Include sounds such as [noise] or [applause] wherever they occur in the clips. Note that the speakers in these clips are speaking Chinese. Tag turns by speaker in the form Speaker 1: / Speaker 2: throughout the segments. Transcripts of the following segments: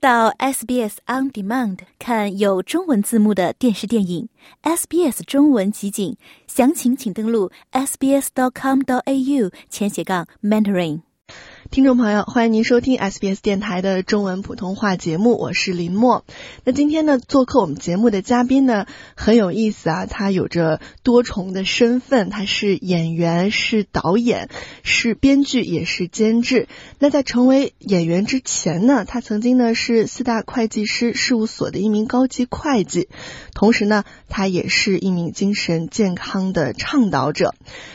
Speaker 1: 到 SBS On Demand 看有中文字幕的电视电影 SBS 中文集锦，详情请登录 sbs.com.au 前斜杠 mentoring。
Speaker 2: 听众朋友，欢迎您收听 SBS 电台的中文普通话节目，我是林默。那今天呢，做客我们节目的嘉宾呢很有意思啊，他有着多重的身份，他是演员，是导演，是编剧，也是监制。那在成为演员之前呢，他曾经呢是四大会计师事务所的一名高级会计，同时呢，他也是一名精神健康的倡导者。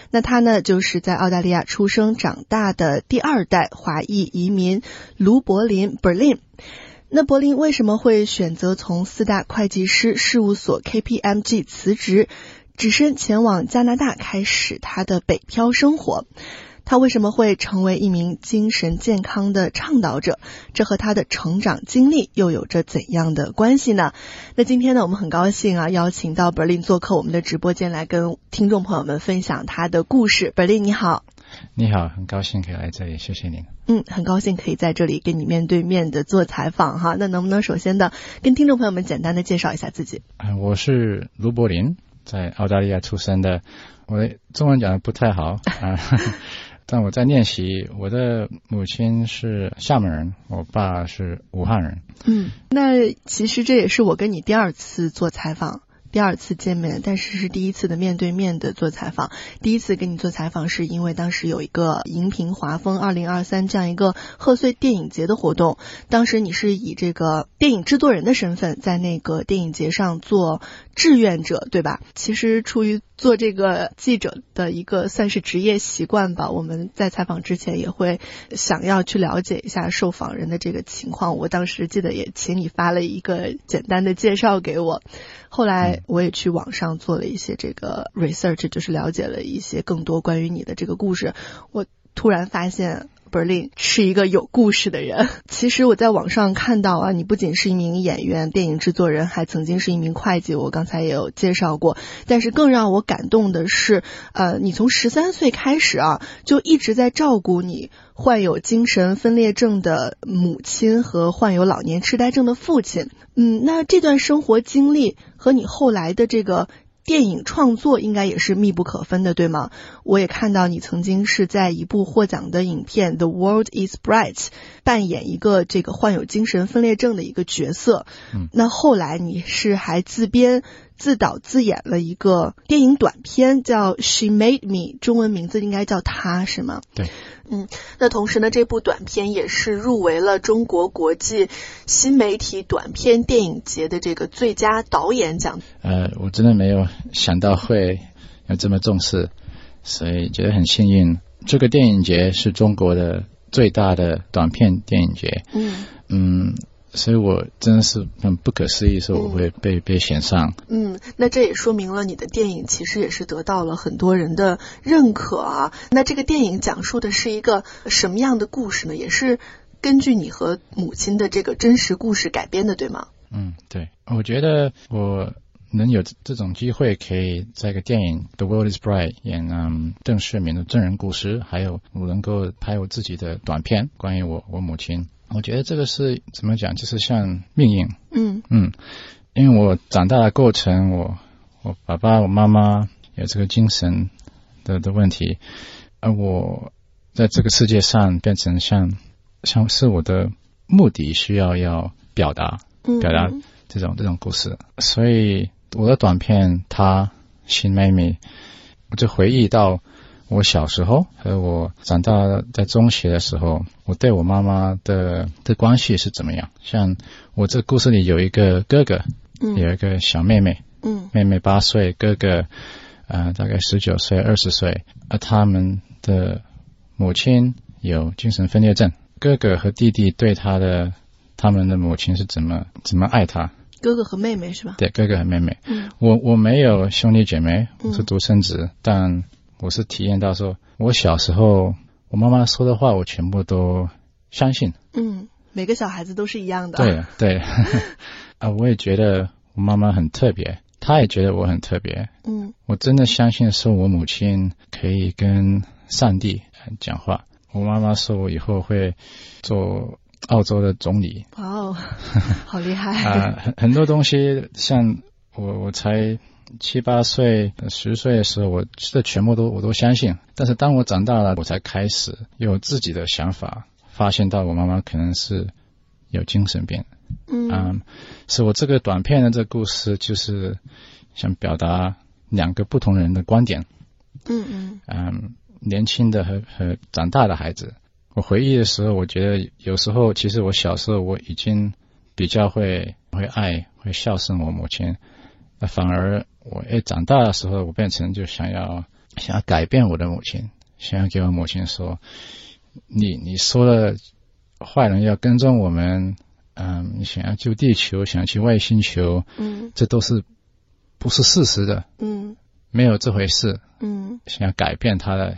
Speaker 2: 那他呢，就是在澳大利亚出生长大的第二代华裔移民卢柏林 （Berlin）。那柏林为什么会选择从四大会计师事务所 KPMG 辞职，只身前往加拿大开始他的北漂生活？他为什么会成为一名精神健康的倡导者？这和他的成长经历又有着怎样的关系呢？那今天呢，我们很高兴啊，邀请到 Berlin 做客我们的直播间，来跟听众朋友们分享他的故事。Berlin 你好，
Speaker 3: 你好，很高兴可以来这里，谢谢您。
Speaker 2: 嗯，很高兴可以在这里跟你面对面的做采访哈。那能不能首先的跟听众朋友们简单的介绍一下自己？
Speaker 3: 啊、我是卢柏林，在澳大利亚出生的。我的中文讲的不太好 [laughs] 啊。但我在练习。我的母亲是厦门人，我爸是武汉人。
Speaker 2: 嗯，那其实这也是我跟你第二次做采访，第二次见面，但是是第一次的面对面的做采访。第一次跟你做采访是因为当时有一个荧屏华风二零二三这样一个贺岁电影节的活动，当时你是以这个电影制作人的身份在那个电影节上做志愿者，对吧？其实出于做这个记者的一个算是职业习惯吧。我们在采访之前也会想要去了解一下受访人的这个情况。我当时记得也请你发了一个简单的介绍给我，后来我也去网上做了一些这个 research，就是了解了一些更多关于你的这个故事。我突然发现。Berlin 是一个有故事的人。 [laughs] 其实我在网上看到啊，你不仅是一名演员、电影制作人，还曾经是一名会计，我刚才也有介绍过。但是更让我感动的是，呃，你从十三岁开始啊，就一直在照顾你患有精神分裂症的母亲和患有老年痴呆症的父亲。嗯，那这段生活经历和你后来的这个。电影创作应该也是密不可分的，对吗？我也看到你曾经是在一部获奖的影片《The World Is Bright》扮演一个这个患有精神分裂症的一个角色。
Speaker 3: 嗯，
Speaker 2: 那后来你是还自编、自导、自演了一个电影短片，叫《She Made Me》，中文名字应该叫她，是吗？
Speaker 3: 对。
Speaker 2: 嗯，那同时呢，这部短片也是入围了中国国际新媒体短片电影节的这个最佳导演奖。
Speaker 3: 呃，我真的没有想到会有这么重视，所以觉得很幸运。这个电影节是中国的最大的短片电影节，
Speaker 2: 嗯
Speaker 3: 嗯，所以我真的是很不可思议，说我会被、被选上。
Speaker 2: 嗯，那这也说明了你的电影其实也是得到了很多人的认可啊。那这个电影讲述的是一个什么样的故事呢？也是根据你和母亲的这个真实故事改编的，对吗？
Speaker 3: 嗯，对，我觉得我能有这这种机会，可以在一个电影《The World Is Bright》演嗯邓世敏的真人故事，还有我能够拍我自己的短片，关于我我母亲。我觉得这个是怎么讲，就是像命运，
Speaker 2: 嗯
Speaker 3: 嗯，因为我长大的过程，我我爸爸、我妈妈有这个精神的的问题，而我在这个世界上变成像像是我的目的需要要表达，
Speaker 2: 嗯，
Speaker 3: 表达这种这种故事。所以我的短片《她新妹妹》，我就回忆到我小时候和我长大在中学的时候，我对我妈妈的的关系是怎么样。像我这故事里有一个哥哥，
Speaker 2: 嗯
Speaker 3: 有一个小妹妹，
Speaker 2: 嗯
Speaker 3: 妹妹八岁，哥哥呃大概十九岁、二十岁，而他们的母亲有精神分裂症。哥哥和弟弟对他的他们的母亲是怎么怎么爱他？
Speaker 2: 哥哥和妹妹是吧？
Speaker 3: 对，哥哥和妹妹。
Speaker 2: 嗯
Speaker 3: 我我没有兄弟姐妹，
Speaker 2: 嗯
Speaker 3: 我是独生子，但我是体验到说，我小时候我妈妈说的话，我全部都相信。
Speaker 2: 嗯，每个小孩子都是一样的。
Speaker 3: 对对， [laughs] 啊，我也觉得我妈妈很特别，她也觉得我很特别。
Speaker 2: 嗯
Speaker 3: 我真的相信说，我母亲可以跟上帝呃讲话。我妈妈说我以后会做澳洲的总理。
Speaker 2: [laughs] 哇哦，好厉害！
Speaker 3: 啊、很很多东西，像我我才七八岁、十岁的时候，我这全部都我都相信。但是当我长大了，我才开始有自己的想法，发现到我妈妈可能是有精神病。
Speaker 2: 嗯，
Speaker 3: 嗯，是我这个短片的这个故事，就是想表达两个不同人的观点。
Speaker 2: 嗯嗯
Speaker 3: 嗯，年轻的和和长大的孩子。我回忆的时候，我觉得有时候其实我小时候我已经比较会会爱会孝顺我母亲，那反而我哎长大的时候，我变成就想要想要改变我的母亲，想要给我母亲说，你你说了坏人要跟踪我们，嗯，你想要救地球，想要去外星球，
Speaker 2: 嗯
Speaker 3: 这都是不是事实的，
Speaker 2: 嗯
Speaker 3: 没有这回事。
Speaker 2: 嗯
Speaker 3: 想要改变他的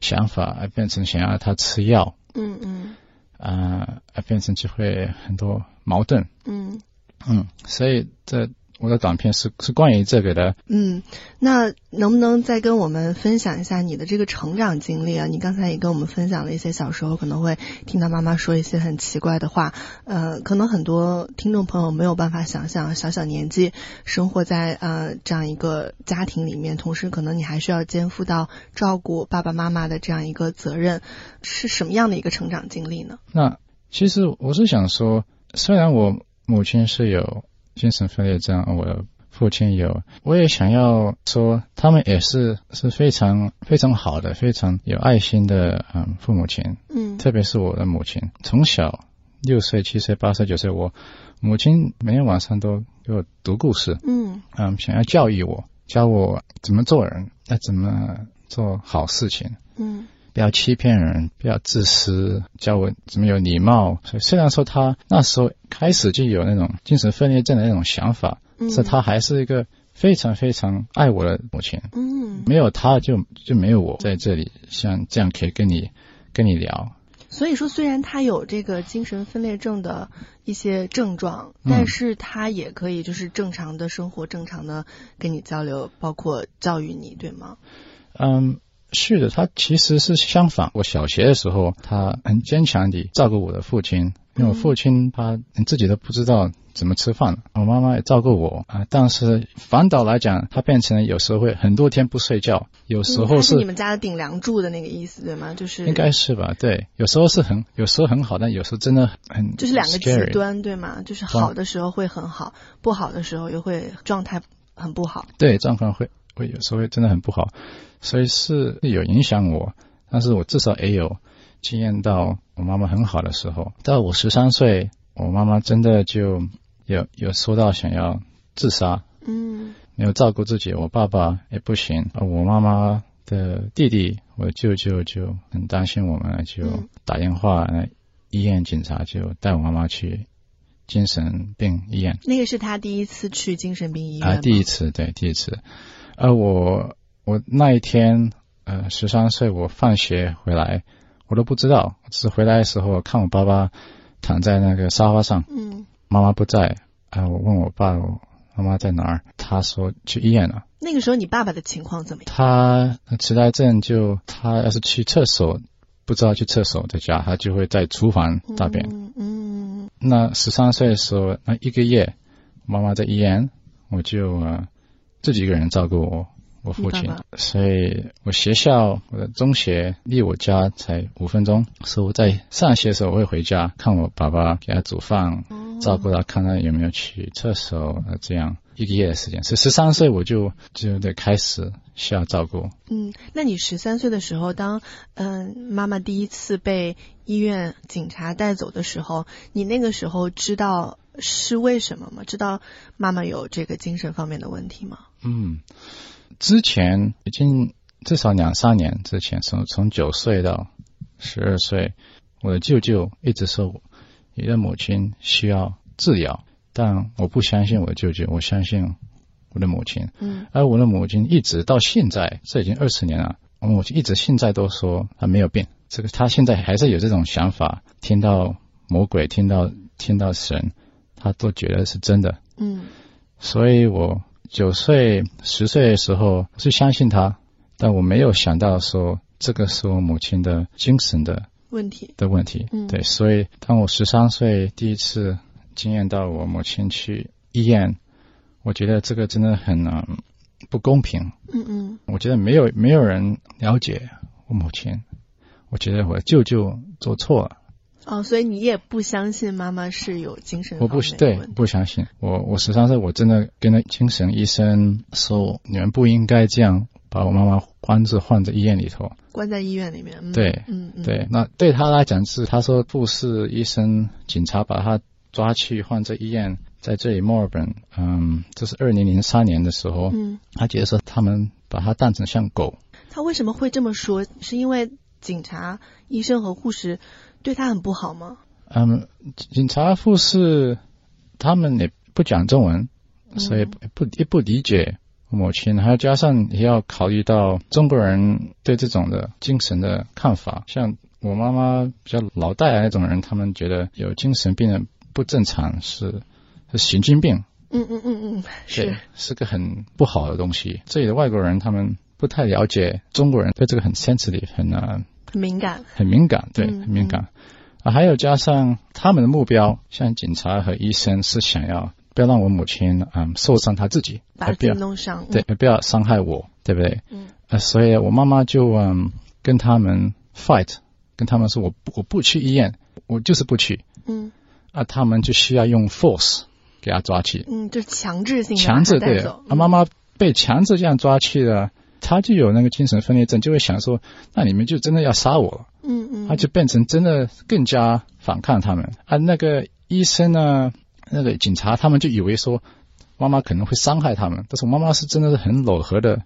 Speaker 3: 想法，而变成想要他吃药
Speaker 2: 嗯嗯
Speaker 3: 啊、而变成就会很多矛盾。
Speaker 2: 嗯
Speaker 3: 嗯，所以这我的短片是是关于这个的。
Speaker 2: 嗯，那能不能再跟我们分享一下你的这个成长经历啊？你刚才也跟我们分享了一些小时候可能会听到妈妈说一些很奇怪的话，呃，可能很多听众朋友没有办法想象，小小年纪生活在呃这样一个家庭里面，同时可能你还需要肩负到照顾爸爸妈妈的这样一个责任，是什么样的一个成长经历呢？
Speaker 3: 那其实我是想说，虽然我母亲是有精神分裂症，我的父亲有，我也想要说，他们也是是非常非常好的、非常有爱心的嗯父母亲。
Speaker 2: 嗯
Speaker 3: 特别是我的母亲，从小六岁、七岁、八岁、九岁，我母亲每天晚上都给我读故事，
Speaker 2: 嗯
Speaker 3: 嗯，想要教育我，教我怎么做人，那怎么做好事情，
Speaker 2: 嗯
Speaker 3: 不要欺骗人，不要自私，教我怎么有礼貌。所以虽然说他那时候开始就有那种精神分裂症的那种想法，
Speaker 2: 嗯，
Speaker 3: 是他还是一个非常非常爱我的母亲。
Speaker 2: 嗯。
Speaker 3: 没有他就就没有我在这里，像这样可以跟你跟你聊，
Speaker 2: 所以说，虽然他有这个精神分裂症的一些症状，
Speaker 3: 嗯
Speaker 2: 但是他也可以就是正常的生活，正常的跟你交流，包括教育你，对吗？
Speaker 3: 嗯，是的，他其实是相反。我小学的时候，他很坚强地照顾我的父亲，因
Speaker 2: 嗯
Speaker 3: 为我父亲他自己都不知道怎么吃饭，我妈妈也照顾我啊、但是反倒来讲，他变成有时候会很多天不睡觉，有时
Speaker 2: 嗯他
Speaker 3: 候
Speaker 2: 是
Speaker 3: 是、
Speaker 2: 你们家的顶梁柱的那个意思，对吗？就是
Speaker 3: 应该是吧？对，有时候是很，有时候很好，但有时候真的很
Speaker 2: 就是两个
Speaker 3: scary
Speaker 2: 极端，对吗？就是好的时候会很好，不好的时候又会状态很不好。
Speaker 3: 对，状况会会有时候会真的很不好，所以是有影响我，但是我至少也有经验到我妈妈很好的时候。到我十三岁，我妈妈真的就有有说到想要自杀，
Speaker 2: 嗯
Speaker 3: 没有照顾自己，我爸爸也不行，呃我妈妈的弟弟，我舅舅就很担心我们，就
Speaker 2: 嗯
Speaker 3: 打电话，呃医院警察就带我妈妈去精神病医院。
Speaker 2: 那个是他第一次去精神病医院
Speaker 3: 啊，
Speaker 2: 吗
Speaker 3: 第一次，对，第一次。呃，我我那一天，呃，十三岁，我放学回来，我都不知道，只是回来的时候看我爸爸躺在那个沙发上，
Speaker 2: 嗯，
Speaker 3: 妈妈不在，啊、我问我爸，我妈妈在哪儿？他说去医院了。
Speaker 2: 那个时候你爸爸的情况怎么样？
Speaker 3: 他痴呆症就他要是去厕所，不知道去厕所在家，他就会在厨房大便。
Speaker 2: 嗯嗯
Speaker 3: 那十三岁的时候，那一个月，妈妈在医院，我就、呃、自己一个人照顾我我父亲，
Speaker 2: 你爸
Speaker 3: 所以我学校我的中学离我家才五分钟，所以我在上学的时候我会回家看我爸爸给他煮饭，
Speaker 2: 哦
Speaker 3: 照顾他，看他有没有去厕所，呃，这样一个月的时间。所以十三岁我就就得开始需要照顾，
Speaker 2: 嗯，那你十三岁的时候，当嗯、妈妈第一次被医院警察带走的时候，你那个时候知道是为什么吗？知道妈妈有这个精神方面的问题吗？
Speaker 3: 嗯，之前已经至少两三年之前，从从九岁到十二岁，我的舅舅一直说我，你的母亲需要治疗，但我不相信我的舅舅，我相信我的母亲。
Speaker 2: 嗯
Speaker 3: 而我的母亲一直到现在，这已经二十年了，我母亲一直现在都说她没有病，这个她现在还是有这种想法，听到魔鬼，听到听到神，她都觉得是真的。
Speaker 2: 嗯
Speaker 3: 所以我九岁、十岁的时候是相信他，但我没有想到说这个是我母亲的精神的
Speaker 2: 问题。
Speaker 3: 的问题。
Speaker 2: 嗯
Speaker 3: 对，所以当我十三岁第一次经验到我母亲去医院，我觉得这个真的很、嗯不公平。
Speaker 2: 嗯嗯
Speaker 3: 我觉得没有没有人了解我母亲，我觉得我舅舅做错了，
Speaker 2: 哦，所以你也不相信妈妈是有精神
Speaker 3: 我
Speaker 2: 嗯方
Speaker 3: 不
Speaker 2: 面的
Speaker 3: 对
Speaker 2: 问，题
Speaker 3: 不相信。我我十三岁，我真的跟那精神医生说，你们不应该这样把我妈妈关着换在医院里头。
Speaker 2: 关在医院里面。嗯、
Speaker 3: 对
Speaker 2: 嗯嗯，
Speaker 3: 对，那对他来讲是，他说护士、医生、警察把他抓去换在医院，在这里墨尔本，嗯，这是二零零三年的时候，
Speaker 2: 嗯，
Speaker 3: 他觉得说他们把他当成像狗，
Speaker 2: 他为什么会这么说？是因为警察、医生和护士对他很不好吗？
Speaker 3: 嗯，警察、护士他们也不讲中文，所以不也不理解母亲，还有加上也要考虑到中国人对这种的精神的看法，像我妈妈比较老代那种人，他们觉得有精神病人不正常是是神经病，
Speaker 2: 嗯嗯嗯嗯，
Speaker 3: 对
Speaker 2: 是，
Speaker 3: 是个很不好的东西。这里的外国人他们不太了解中国人对这个很 sensitive 很呃
Speaker 2: 很敏感。
Speaker 3: 很敏感，对，
Speaker 2: 嗯
Speaker 3: 很敏感。啊，还有加上他们的目标，像警察和医生是想要不要让我母亲嗯受伤她自己，
Speaker 2: 把
Speaker 3: 而
Speaker 2: 自
Speaker 3: 不
Speaker 2: 己
Speaker 3: 要
Speaker 2: 弄伤，
Speaker 3: 对，不要伤害我，对不对？
Speaker 2: 嗯
Speaker 3: 啊，所以我妈妈就嗯跟他们 fight，跟他们说我不我不去医院，我就是不去
Speaker 2: 嗯
Speaker 3: 啊，他们就需要用 force 给他抓去，
Speaker 2: 嗯，就是强制性地
Speaker 3: 强制
Speaker 2: 把他带
Speaker 3: 对，
Speaker 2: 走嗯
Speaker 3: 啊，妈妈被强制这样抓去了，她就有那个精神分裂症，就会想说，那你们就真的要杀我了。
Speaker 2: 嗯嗯，
Speaker 3: 他就变成真的更加反抗他们啊。那个医生呢，那个警察他们就以为说妈妈可能会伤害他们，但是我妈妈是真的是很柔和的，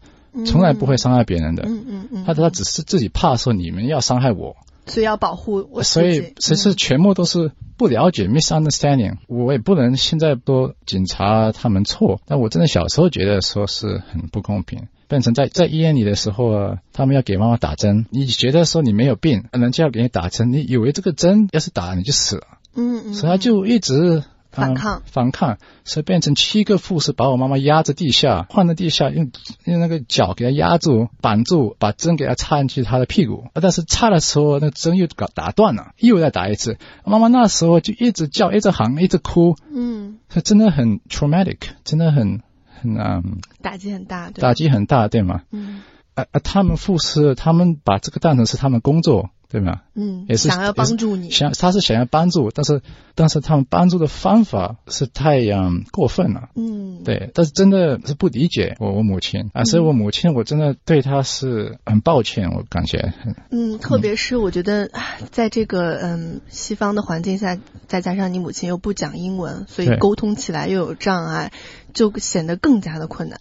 Speaker 3: 从来不会伤害别人的。
Speaker 2: 嗯嗯嗯，
Speaker 3: 她她只是自己怕说你们要伤害我，
Speaker 2: 所以要保护我嗯自
Speaker 3: 所
Speaker 2: 己，
Speaker 3: 以其实全部都是不了解 misunderstanding。我也不能现在说警察他们错，但我真的小时候觉得说是很不公平。变成在在医院里的时候啊，他们要给妈妈打针，你觉得说你没有病，人家要给你打针，你以为这个针要是打了你就死了，
Speaker 2: 嗯嗯，
Speaker 3: 所以他就一直。呃
Speaker 2: 反抗
Speaker 3: 反抗，所以变成七个护士把我妈妈压在地下，放在地下，用用那个脚给她压住、绑住，把针给她插进去她的屁股。啊但是插的时候，那针又搞打断了，又再打一次。妈妈那时候就一直叫，一直喊，一直哭，
Speaker 2: 嗯
Speaker 3: 她真的很 traumatic，真的很很嗯
Speaker 2: 打击很大，对吧
Speaker 3: 打击很大，对吗？
Speaker 2: 嗯
Speaker 3: 啊啊，他们护士他们把这个当成是他们工作，对吗？
Speaker 2: 嗯，
Speaker 3: 也是
Speaker 2: 想要帮助你，
Speaker 3: 想他是想要帮助，但是但是他们帮助的方法是太嗯过分了。
Speaker 2: 嗯，
Speaker 3: 对，但是真的是不理解我我母亲啊，所以我母亲我真的对她是很抱歉，我感觉很
Speaker 2: 嗯，特别是我觉得，唉在这个嗯西方的环境下，再加上你母亲又不讲英文，所以
Speaker 3: 对
Speaker 2: 沟通起来又有障碍，就显得更加的困难。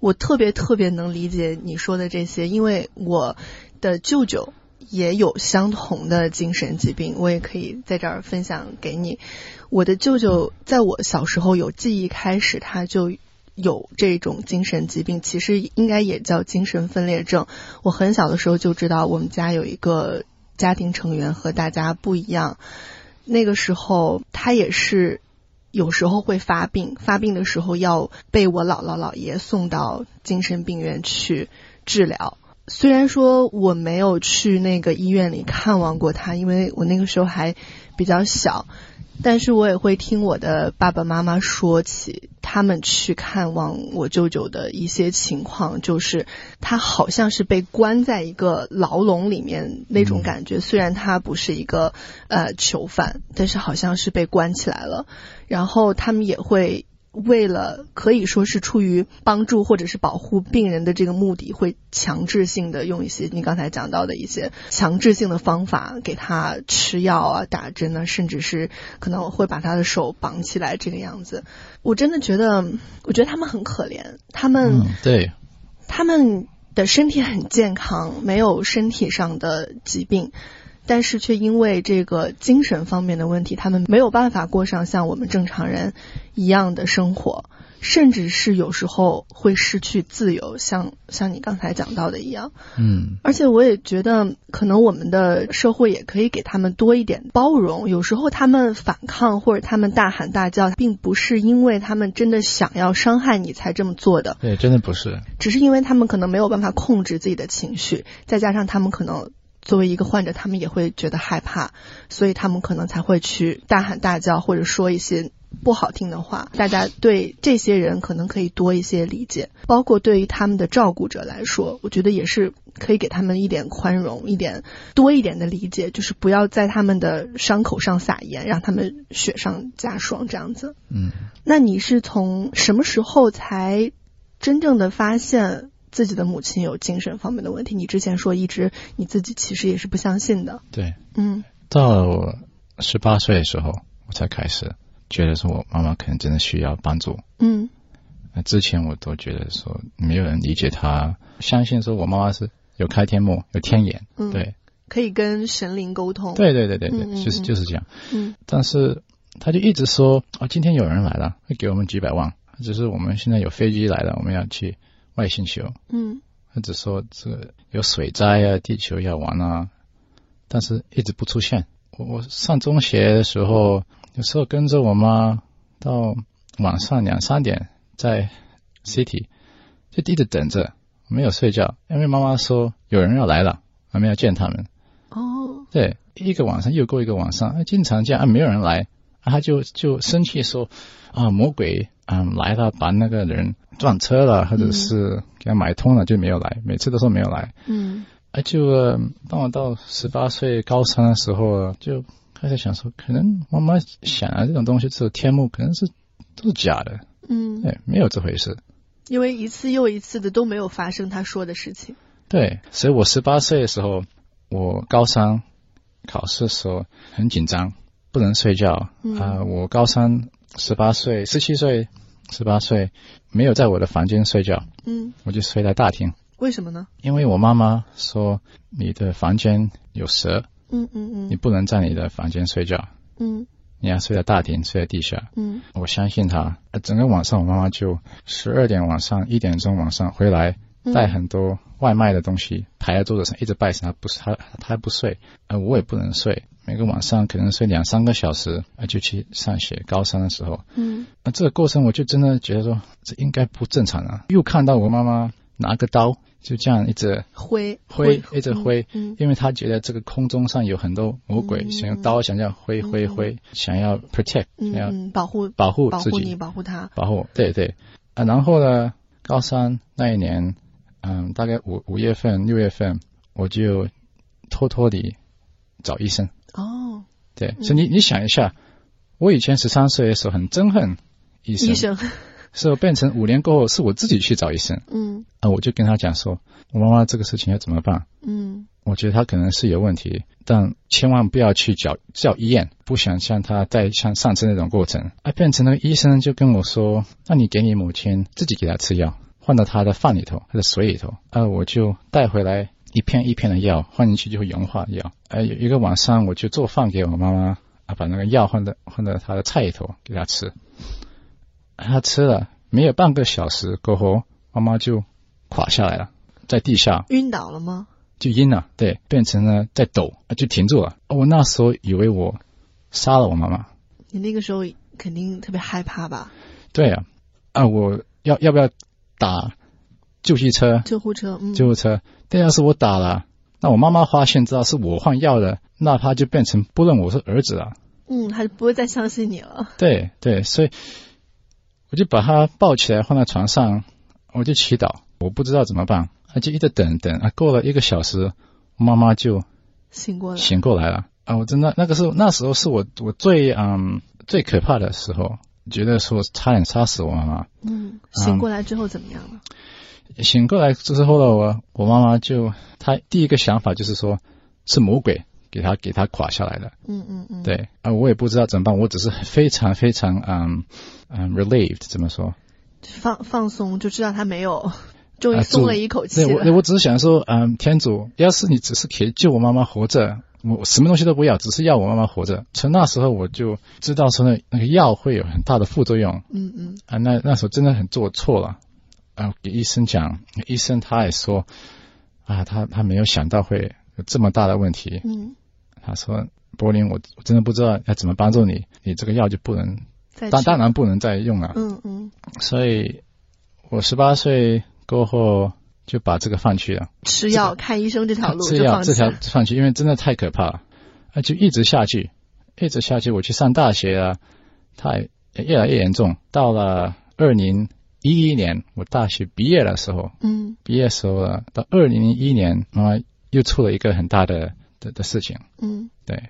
Speaker 2: 我特别特别能理解你说的这些，因为我的舅舅也有相同的精神疾病，我也可以在这儿分享给你。我的舅舅在我小时候有记忆开始，他就有这种精神疾病，其实应该也叫精神分裂症。我很小的时候就知道，我们家有一个家庭成员和大家不一样。那个时候，他也是有时候会发病，发病的时候要被我姥姥姥爷送到精神病院去治疗。虽然说我没有去那个医院里看望过他，因为我那个时候还比较小，但是我也会听我的爸爸妈妈说起他们去看望我舅舅的一些情况，就是他好像是被关在一个牢笼里面那种感觉。虽然他不是一个呃囚犯，但是好像是被关起来了。然后他们也会为了可以说是出于帮助或者是保护病人的这个目的，会强制性的用一些你刚才讲到的一些强制性的方法，给他吃药啊、打针啊，甚至是可能会把他的手绑起来这个样子。我真的觉得，我觉得他们很可怜，他
Speaker 3: 嗯
Speaker 2: 们、
Speaker 3: 对
Speaker 2: 他们的身体很健康，没有身体上的疾病， [laughs] 但是却因为这个精神方面的问题，他们没有办法过上像我们正常人一样的生活，甚至是有时候会失去自由，像像你刚才讲到的一样。
Speaker 3: 嗯
Speaker 2: 而且我也觉得，可能我们的社会也可以给他们多一点包容。有时候他们反抗或者他们大喊大叫，并不是因为他们真的想要伤害你才这么做的，
Speaker 3: 对，真的不是
Speaker 2: 只是因为他们可能没有办法控制自己的情绪，再加上他们可能作为一个患者，他们也会觉得害怕，所以他们可能才会去大喊大叫或者说一些不好听的话。大家对这些人可能可以多一些理解，包括对于他们的照顾者来说，我觉得也是可以给他们一点宽容，一点多一点的理解，就是不要在他们的伤口上撒盐，让他们雪上加霜这样子。
Speaker 3: 嗯，
Speaker 2: 那你是从什么时候才真正的发现自己的母亲有精神方面的问题？你之前说一直你自己其实也是不相信的，
Speaker 3: 对。
Speaker 2: 嗯
Speaker 3: 到了我十八岁的时候，我才开始觉得说我妈妈可能真的需要帮助。
Speaker 2: 嗯
Speaker 3: 那之前我都觉得说没有人理解她，相信说我妈妈是有开天幕、有天眼，
Speaker 2: 嗯，，
Speaker 3: 对，
Speaker 2: 可以跟神灵沟通，，
Speaker 3: 对对对对
Speaker 2: 嗯嗯
Speaker 3: 对，就是
Speaker 2: 嗯
Speaker 3: 就是这样。
Speaker 2: 嗯
Speaker 3: 但是他就一直说啊、今天有人来了，会给我们几百万，只是我们现在有飞机来了，我们要去外星球。
Speaker 2: 嗯
Speaker 3: 他只说这个有水灾啊，地球要完啊，但是一直不出现。我我上中学的时候，有时候跟着我妈到晚上两三点在 city 就一直等着，没有睡觉，因为妈妈说有人要来了，我们要见他们。
Speaker 2: 哦
Speaker 3: 对，一个晚上又过一个晚上，啊经常这样啊，没有人来，啊、他就就生气说啊，魔鬼啊来了，把那个人撞车了，或者是给他买通了，就没有来，每次都说没有来。
Speaker 2: 嗯
Speaker 3: 啊，就呃当我到十八岁高三的时候，就开始想说，可能妈妈想啊，这种东西只有天幕，可能是都是假的，
Speaker 2: 嗯，
Speaker 3: 对，没有这回事。
Speaker 2: 因为一次又一次的都没有发生他说的事情，
Speaker 3: 对，所以我十八岁的时候，我高三考试的时候很紧张，不能睡觉啊、
Speaker 2: 嗯
Speaker 3: 我高三十八岁、十七岁、十八岁没有在我的房间睡觉，
Speaker 2: 嗯，
Speaker 3: 我就睡在大厅，
Speaker 2: 为什么呢？
Speaker 3: 因为我妈妈说你的房间有蛇，
Speaker 2: 嗯嗯
Speaker 3: 你
Speaker 2: 嗯
Speaker 3: 不能在你的房间睡觉，
Speaker 2: 嗯
Speaker 3: 你要睡在大厅，睡在地下。
Speaker 2: 嗯
Speaker 3: 我相信她，呃整个晚上我妈妈就十二点晚上一点钟晚上回来，
Speaker 2: 嗯，
Speaker 3: 带很多外卖的东西排在桌子上，一直拜神，他不他他不睡，呃，我也不能睡，每个晚上可能睡两三个小时，呃，就去上学。高三的时候，
Speaker 2: 嗯
Speaker 3: 那、这个过程我就真的觉得说这应该不正常啊！又看到我妈妈拿个刀就这样一直
Speaker 2: 灰
Speaker 3: 挥，一直挥，
Speaker 2: 嗯
Speaker 3: 因为她觉得这个空中上有很多魔鬼，
Speaker 2: 嗯
Speaker 3: 想用刀想要挥挥挥，想要 protect，
Speaker 2: 嗯
Speaker 3: 想要
Speaker 2: 嗯，保护
Speaker 3: 保护
Speaker 2: 保
Speaker 3: 自
Speaker 2: 护
Speaker 3: 己，
Speaker 2: 你，保护他，
Speaker 3: 保护，对对，啊，然后呢，高三那一年，嗯，大概五五月份、六月份，我就偷偷地找医生。
Speaker 2: 哦，
Speaker 3: 对，所以你你想一下，我以前十三岁的时候很憎恨医生，
Speaker 2: 医生，
Speaker 3: 是我变成五年过后是我自己去找医生
Speaker 2: 嗯
Speaker 3: 啊，我就跟他讲说，我妈妈这个事情要怎么办？
Speaker 2: 嗯
Speaker 3: 我觉得她可能是有问题，但千万不要去叫叫医院，不想像她再像上次那种过程。啊，变成那个医生就跟我说：“那你给你母亲自己给她吃药，换到她的饭里头，她的水里头。”啊，我就带回来一片一片的药，换进去就会融化药。呃、有一个晚上我就做饭给我妈妈，啊，把那个药换到换到她的菜里头给她吃。啊她吃了没有半个小时过后，妈妈就垮下来了，在地下。
Speaker 2: 晕倒了吗？
Speaker 3: 就阴了，对，变成了在抖，啊就停住了。我那时候以为我杀了我妈妈，
Speaker 2: 你那个时候肯定特别害怕吧？
Speaker 3: 对啊，啊，我要要不要打救急车、
Speaker 2: 救护车，嗯，
Speaker 3: 救护车？但要是我打了，那我妈妈发现知道是我换药的，那她就变成不认我是儿子了。
Speaker 2: 嗯，他就不会再相信你了。
Speaker 3: 对对，所以我就把她抱起来放在床上，我就祈祷，我不知道怎么办，啊就一直等等啊，过了一个小时，我妈妈就
Speaker 2: 醒过来，
Speaker 3: 醒过来了啊！我真的那个时候，那时候是我我最嗯最可怕的时候，觉得说差点杀死我妈妈。
Speaker 2: 嗯，醒过来之后怎么样了？
Speaker 3: 醒过来之后呢，我我妈妈就她第一个想法就是说，是魔鬼给她给她垮下来的。
Speaker 2: 嗯嗯嗯，，
Speaker 3: 对啊，我也不知道怎么办，我只是非常非常嗯嗯 relieved 怎么说？
Speaker 2: 放放松，就知道他没有， [laughs] 终于
Speaker 3: 啊
Speaker 2: 松
Speaker 3: 主
Speaker 2: 了一口气
Speaker 3: 对我对
Speaker 2: 了。
Speaker 3: 我只是想说，嗯，天主，要是你只是可以救我妈妈活着，我我什么东西都不要，只是要我妈妈活着。从那时候我就知道说那那个药会有很大的副作用
Speaker 2: 嗯嗯
Speaker 3: 啊，那那时候真的很做错了啊，给医生讲，医生他也说啊，他他没有想到会有这么大的问题，
Speaker 2: 嗯，
Speaker 3: 他说。柏林，我我真的不知道要怎么帮助你，你这个药就不能，
Speaker 2: 再
Speaker 3: 当
Speaker 2: 去嗯
Speaker 3: 当，然不能再用了。
Speaker 2: 嗯嗯
Speaker 3: 所以我十八岁过后就把这个放弃了，
Speaker 2: 吃药、看医生这条路
Speaker 3: 这
Speaker 2: 就
Speaker 3: 要
Speaker 2: 放
Speaker 3: 这
Speaker 2: 弃
Speaker 3: 条
Speaker 2: 了。
Speaker 3: 放弃，因为真的太可怕了，啊，就一直下去，一直下去，我去上大学啊，它也越来越严重。到了二零一一年，我大学毕业的时候，
Speaker 2: 嗯
Speaker 3: 毕业时候了，到二零零一年，啊、又出了一个很大的的的事情。
Speaker 2: 嗯
Speaker 3: 对，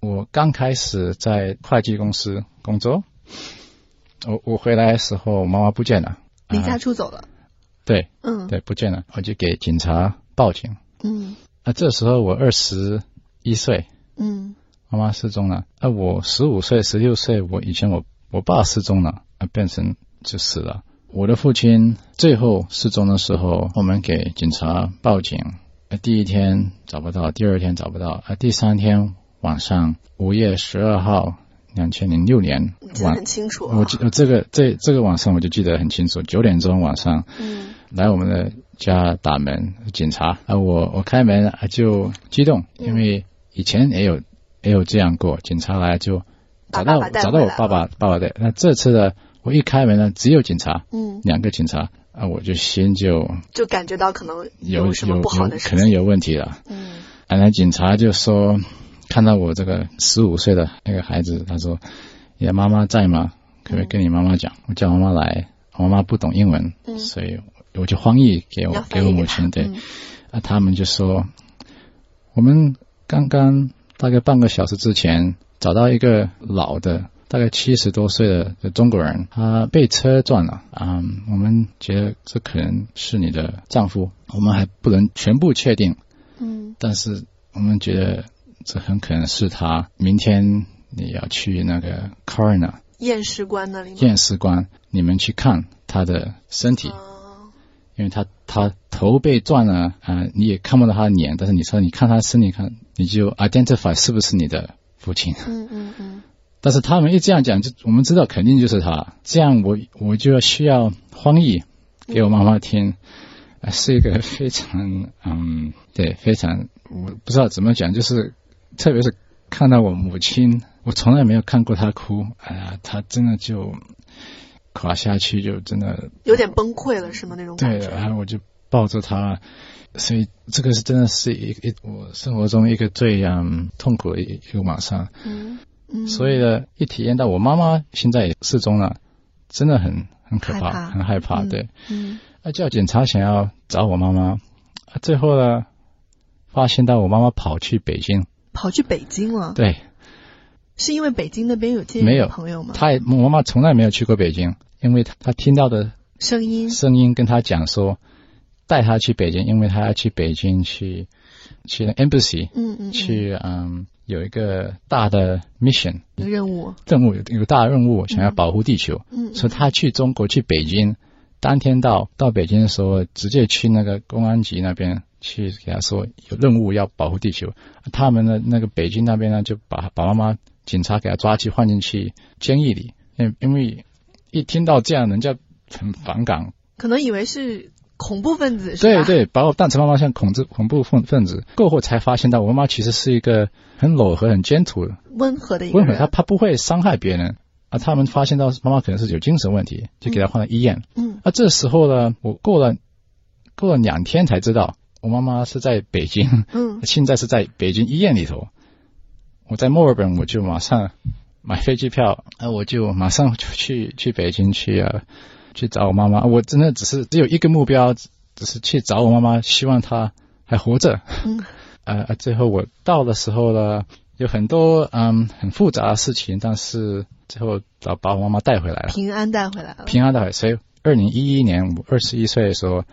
Speaker 3: 我刚开始在会计公司工作，我我回来的时候，妈妈不见了，
Speaker 2: 离
Speaker 3: 啊
Speaker 2: 家出走了。
Speaker 3: 对
Speaker 2: 嗯
Speaker 3: 对，不见了，我就给警察报警。
Speaker 2: 嗯
Speaker 3: 啊，这时候我二十一岁，
Speaker 2: 嗯
Speaker 3: 妈妈失踪了。啊，我十五岁、十六岁，我以前我我爸失踪了，啊，变成就死了。我的父亲最后失踪的时候，我们给警察报警。啊，第一天找不到，第二天找不到，啊，第三天晚上五月十二号，两千零六年
Speaker 2: 你记得
Speaker 3: 晚
Speaker 2: 很，清楚啊。
Speaker 3: 我记我这个这这个晚上我就记得很清楚，九点钟晚上
Speaker 2: 嗯
Speaker 3: 来我们的家打门，警察啊，我我开门啊就激动，因为以前也有也有这样过，警察来就找
Speaker 2: 把爸
Speaker 3: 到
Speaker 2: 爸带
Speaker 3: 找到我
Speaker 2: 回来
Speaker 3: 爸爸爸爸的。那这次呢，我一开门呢，只有警察，
Speaker 2: 嗯，
Speaker 3: 两个警察啊，我就心就
Speaker 2: 就感觉到可能
Speaker 3: 有有
Speaker 2: 什么
Speaker 3: 有
Speaker 2: 不好的事
Speaker 3: 可
Speaker 2: 情。
Speaker 3: 能有问题了。
Speaker 2: 嗯
Speaker 3: 啊，那警察就说，看到我这个十五岁的那个孩子，他说：“你的妈妈在吗？可不可以跟你妈妈讲？”我叫妈妈来，我妈妈不懂英文，
Speaker 2: 嗯
Speaker 3: 所以我就翻译给
Speaker 2: 要
Speaker 3: 我
Speaker 2: 翻
Speaker 3: 给
Speaker 2: 译
Speaker 3: 我
Speaker 2: 给
Speaker 3: 母
Speaker 2: 他
Speaker 3: 亲。对，
Speaker 2: 嗯
Speaker 3: 啊，他们就说，我们刚刚大概半个小时之前找到一个老的。大概七十多岁的的中国人，他被车撞了啊、嗯我们觉得这可能是你的丈夫，我们还不能全部确定，
Speaker 2: 嗯
Speaker 3: 但是我们觉得这很可能是他。明天你要去那个 coroner
Speaker 2: 验尸官那里吗？
Speaker 3: 验尸官，你们去看他的身体，
Speaker 2: 哦
Speaker 3: 因为他他头被撞了啊、呃你也看不到他的脸，但是你说你看他身体看，你就 identify 是不是你的父亲。
Speaker 2: 嗯嗯嗯
Speaker 3: 但是他们一这样讲，就我们知道肯定就是他。这样我我就要需要翻译给我妈妈听，呃是一个非常嗯，对，非常我不知道怎么讲，就是特别是看到我母亲，我从来没有看过她哭，哎呀，她真的就垮下去，就真的
Speaker 2: 有点崩溃了是吗？那种
Speaker 3: 对
Speaker 2: 感
Speaker 3: 的，
Speaker 2: 觉。
Speaker 3: 然后我就抱着他，所以这个是真的是一一我生活中一个最嗯痛苦的一一个晚上。
Speaker 2: 嗯嗯。
Speaker 3: 所以呢，一体验到我妈妈现在也失踪了，真的很很可怕，
Speaker 2: 害怕
Speaker 3: 很害怕。
Speaker 2: 嗯
Speaker 3: 对，
Speaker 2: 嗯
Speaker 3: 啊，叫警察想要找我妈妈，啊，最后呢，发现到我妈妈跑去北京。
Speaker 2: 跑去北京了，
Speaker 3: 对，
Speaker 2: 是因为北京那边有介
Speaker 3: 没
Speaker 2: 意
Speaker 3: 有
Speaker 2: 的朋友吗？
Speaker 3: 她也我妈妈从来没有去过北京，因为她她听到的
Speaker 2: 声音
Speaker 3: 声音跟她讲说，带她去北京，因为她要去北京去去 embassy
Speaker 2: 嗯嗯，嗯
Speaker 3: 去嗯有一个大的 mission
Speaker 2: 有任务，
Speaker 3: 任务，有有大任务想要保护地球。
Speaker 2: 嗯，
Speaker 3: 说他去中国去北京，当天到到北京的时候，直接去那个公安局那边去给他说有任务要保护地球。啊他们的那个北京那边呢，就把把妈妈警察给他抓去换进去监狱里，因因为一听到这样，人家很反感。啊
Speaker 2: 可能以为是恐怖分子是吧？
Speaker 3: 对对，把我当成妈妈像恐怖恐怖分分子。过后才发现到，我妈妈其实是一个很柔和、很gentle 的
Speaker 2: 温和的一个
Speaker 3: 温和，
Speaker 2: 人，
Speaker 3: 她她不会伤害别人。啊，他们发现到妈妈可能是有精神问题，就给她换到医院。
Speaker 2: 嗯
Speaker 3: 那啊这时候呢，我过了过了两天才知道，我妈妈是在北京， [laughs]
Speaker 2: 嗯
Speaker 3: 现在是在北京医院里头。我在墨尔本，我就马上买飞机票，啊，我就马上就去去北京去啊，去找我妈妈。我真的只是只有一个目标，只只是去找我妈妈，希望她还活着。 [laughs]
Speaker 2: 嗯
Speaker 3: 呃，呃最后我到的时候呢，有很多嗯很复杂的事情，但是最后把把我妈妈带回来了。
Speaker 2: 平安带回来了，
Speaker 3: 平安的，所以二零一一年我二十一岁的时候，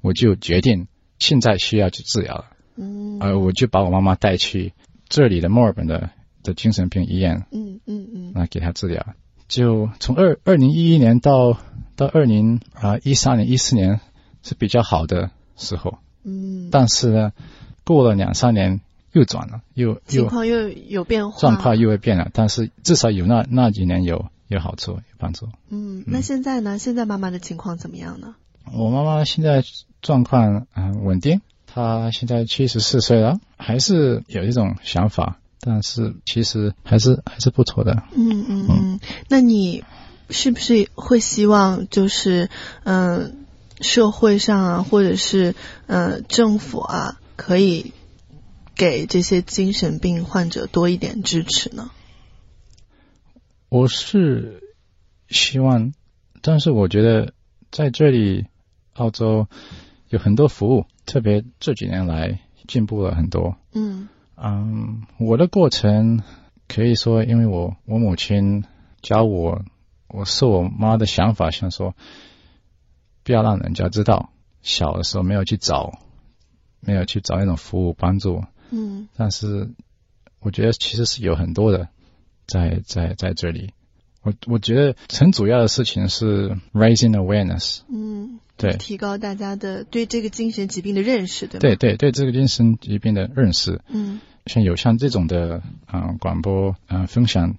Speaker 3: 我就决定现在需要去治疗了，
Speaker 2: 嗯
Speaker 3: 呃，我就把我妈妈带去这里的墨尔本的的精神病医院
Speaker 2: 嗯嗯嗯
Speaker 3: 来给她治疗。就从二二零一一年到到二零啊一三年一四年是比较好的时候，
Speaker 2: 嗯，
Speaker 3: 但是呢，过了两三年又转了，又
Speaker 2: 情
Speaker 3: 又
Speaker 2: 况又有变化，
Speaker 3: 状况又会变了，但是至少有那那几年有有好处有帮助。
Speaker 2: 嗯，那现在呢？现在妈妈的情况怎么样呢？
Speaker 3: 我妈妈现在状况嗯、呃稳定，她现在七十四岁了，还是有一种想法，但是其实还是还是不错的。
Speaker 2: 嗯嗯嗯，那你是不是会希望就是嗯、社会上啊，或者是呃政府啊，可以给这些精神病患者多一点支持呢？
Speaker 3: 我是希望，但是我觉得在这里澳洲有很多服务，特别这几年来进步了很多。
Speaker 2: 嗯
Speaker 3: 嗯，我的过程可以说，因为我我母亲教我，我是我妈的想法，想说不要让人家知道。小的时候没有去找，没有去找那种服务帮助，
Speaker 2: 嗯
Speaker 3: 但是我觉得其实是有很多的在在在这里。我我觉得很主要的事情是 raising awareness，
Speaker 2: 嗯，
Speaker 3: 对
Speaker 2: 提高大家的对这个精神疾病的认识，对吗？
Speaker 3: 对对对，这个精神疾病的认识。
Speaker 2: 嗯
Speaker 3: 像有像这种的啊、呃广播啊、呃分享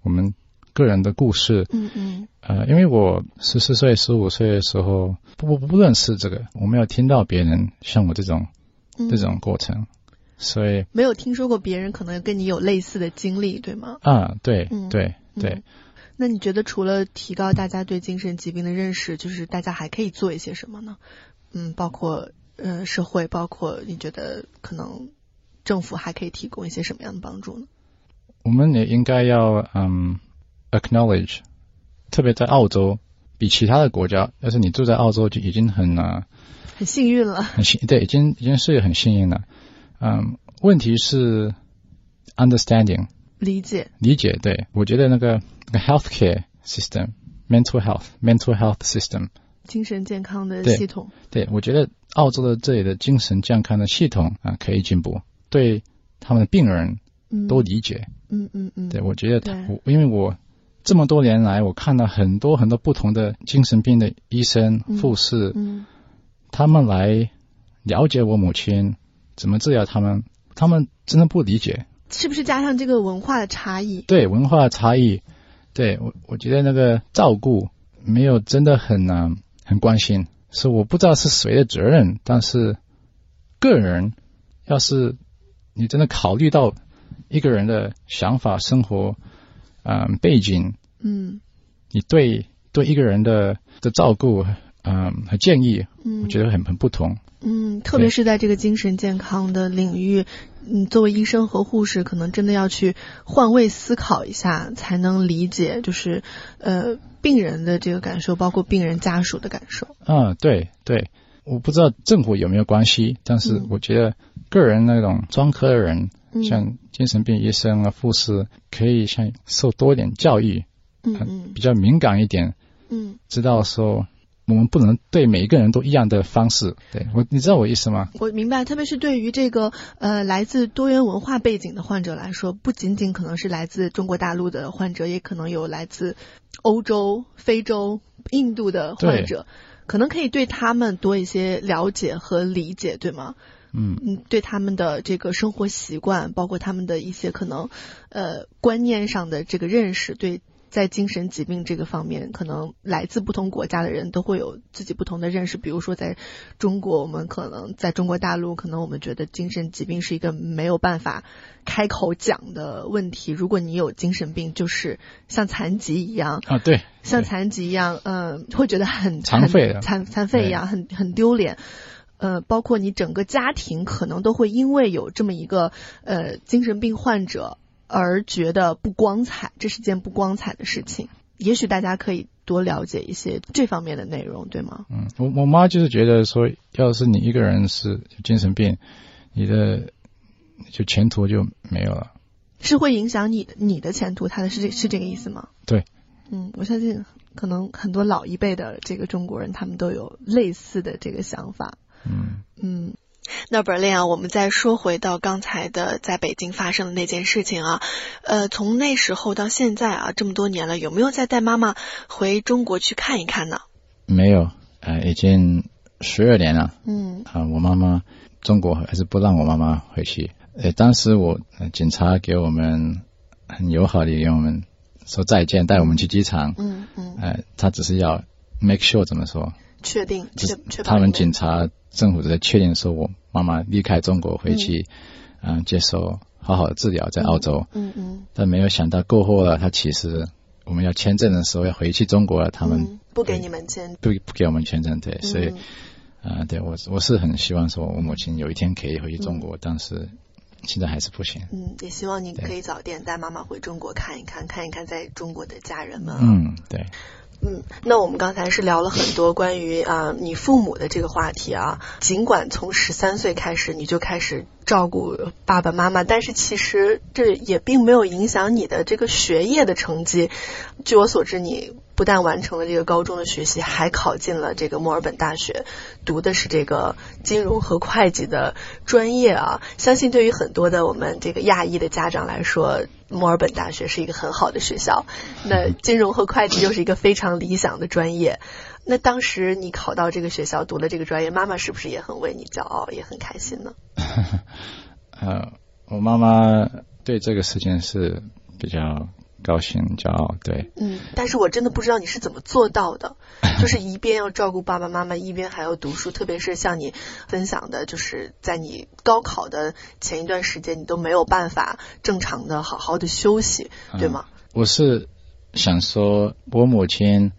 Speaker 3: 我们个人的故事，
Speaker 2: 嗯嗯
Speaker 3: 呃，因为我十四岁、十五岁的时候不不不认识这个，我没有听到别人像我这种
Speaker 2: 嗯，
Speaker 3: 这种过程，所以
Speaker 2: 没有听说过别人可能跟你有类似的经历，对吗？
Speaker 3: 啊，对
Speaker 2: 嗯
Speaker 3: 对
Speaker 2: 嗯
Speaker 3: 对，
Speaker 2: 那你觉得除了提高大家对精神疾病的认识，就是大家还可以做一些什么呢？嗯，包括呃社会，包括你觉得可能政府还可以提供一些什么样的帮助呢？
Speaker 3: 我们也应该要嗯 acknowledge，特别在澳洲。比其他的国家，要是你住在澳洲就已经很啊、
Speaker 2: 很幸运了，
Speaker 3: 很幸，对，已经已经是很幸运了。嗯，问题是 understanding，
Speaker 2: 理解，
Speaker 3: 理解，对我觉得那个那个 healthcare system、mental health、mental health system，
Speaker 2: 精神健康的
Speaker 3: 对
Speaker 2: 系统，
Speaker 3: 对我觉得澳洲的这里的精神健康的系统啊可以进步，对他们的病人
Speaker 2: 嗯，
Speaker 3: 都理解。
Speaker 2: 嗯嗯嗯，
Speaker 3: 对我觉得他
Speaker 2: 对
Speaker 3: 我因为我这么多年来，我看到很多很多不同的精神病的医生、
Speaker 2: 嗯
Speaker 3: 护士，
Speaker 2: 嗯
Speaker 3: 他们来了解我母亲怎么治疗他们，他们真的不理解。
Speaker 2: 是不是加上这个文化的差异？
Speaker 3: 对文化差异，对我我觉得那个照顾没有真的很啊、很关心，是我不知道是谁的责任，但是个人要是你真的考虑到一个人的想法、生活、嗯、背景，
Speaker 2: 嗯
Speaker 3: 你对对一个人的的照顾，嗯、和建议，
Speaker 2: 嗯，
Speaker 3: 我觉得很很不同。
Speaker 2: 嗯，特别是在这个精神健康的领域，嗯，作为医生和护士，可能真的要去换位思考一下，才能理解就是呃病人的这个感受，包括病人家属的感受。
Speaker 3: 嗯，对对，我不知道政府有没有关系，但是
Speaker 2: 嗯
Speaker 3: 我觉得个人那种专科的人。
Speaker 2: 嗯
Speaker 3: 像精神病医生啊、护士，可以像受多一点教育，
Speaker 2: 嗯嗯
Speaker 3: 比较敏感一点，
Speaker 2: 嗯，
Speaker 3: 知道说我们不能对每一个人都一样的方式。对我，你知道我意思吗？
Speaker 2: 我明白，特别是对于这个呃来自多元文化背景的患者来说，不仅仅可能是来自中国大陆的患者，也可能有来自欧洲、非洲、印度的患
Speaker 3: 对
Speaker 2: 者，可能可以对他们多一些了解和理解，对吗？
Speaker 3: 嗯，
Speaker 2: 嗯，对他们的这个生活习惯，包括他们的一些可能呃观念上的这个认识，对在精神疾病这个方面，可能来自不同国家的人都会有自己不同的认识。比如说，在中国，我们可能在中国大陆，可能我们觉得精神疾病是一个没有办法开口讲的问题。如果你有精神病，就是像残疾一样，
Speaker 3: 啊，对，
Speaker 2: 像
Speaker 3: 对
Speaker 2: 残疾一样，嗯、会觉得很
Speaker 3: 残
Speaker 2: 很
Speaker 3: 废的啊
Speaker 2: 残残废一样，很很丢脸。呃，包括你整个家庭可能都会因为有这么一个呃精神病患者而觉得不光彩，这是件不光彩的事情。也许大家可以多了解一些这方面的内容，对吗？
Speaker 3: 嗯，我我妈就是觉得说，要是你一个人是有精神病，你的就前途就没有了。
Speaker 2: 是会影响你你的前途，他的是这是这个意思吗？
Speaker 3: 对，
Speaker 2: 嗯，我相信可能很多老一辈的这个中国人，他们都有类似的这个想法。
Speaker 3: 嗯，
Speaker 2: 嗯，那 Berlin 啊，我们再说回到刚才的在北京发生的那件事情啊，呃，从那时候到现在啊，这么多年了，有没有再带妈妈回中国去看一看呢？
Speaker 3: 没有，呃，已经十二年了。
Speaker 2: 嗯
Speaker 3: 啊，我妈妈中国还是不让我妈妈回去。呃，当时我呃警察给我们很友好的给我们说再见，带我们去机场。
Speaker 2: 嗯嗯，
Speaker 3: 呃，他只是要 make sure 怎么说，
Speaker 2: 确定
Speaker 3: 就
Speaker 2: 确
Speaker 3: 是
Speaker 2: 确保
Speaker 3: 他
Speaker 2: 你
Speaker 3: 们警察政府在确认说我妈妈离开中国回去，嗯、接受好好的治疗在澳洲。
Speaker 2: 嗯嗯
Speaker 3: 但没有想到过后了，他其实我我们要签证的时候要回去中国了，他们
Speaker 2: 嗯不给你们签，
Speaker 3: 不不给我们签证，对，所以
Speaker 2: 嗯
Speaker 3: 啊、呃对我我是很希望说我母亲有一天可以回去中国，但是现在还是不行。
Speaker 2: 嗯，也希望你可以早点带妈妈回中国看一看，看一看在中国的家人们啊。
Speaker 3: 嗯，对，
Speaker 2: 嗯，那我们刚才是聊了很多关于啊、呃你父母的这个话题啊。尽管从十三岁开始你就开始照顾爸爸妈妈，但是其实这也并没有影响你的这个学业的成绩。据我所知，你不但完成了这个高中的学习，还考进了这个墨尔本大学，读的是这个金融和会计的专业啊。相信对于很多的我们这个亚裔的家长来说，墨尔本大学是一个很好的学校。那金融和会计又是一个非常理想的专业。那当时你考到这个学校读了这个专业，妈妈是不是也很为你骄傲，也很开心呢？
Speaker 3: 呃，我妈妈对这个事情是比较高兴骄傲，对，
Speaker 2: 嗯，但是我真的不知道你是怎么做到
Speaker 3: [laughs]
Speaker 2: 的，就是一边要照顾爸爸妈妈，一边还要读书，特别是像你分享的，就是在你高考的前一段时间，你都没有办法正常的好好的休息，
Speaker 3: 嗯
Speaker 2: 对吗？
Speaker 3: 我是想说，我母亲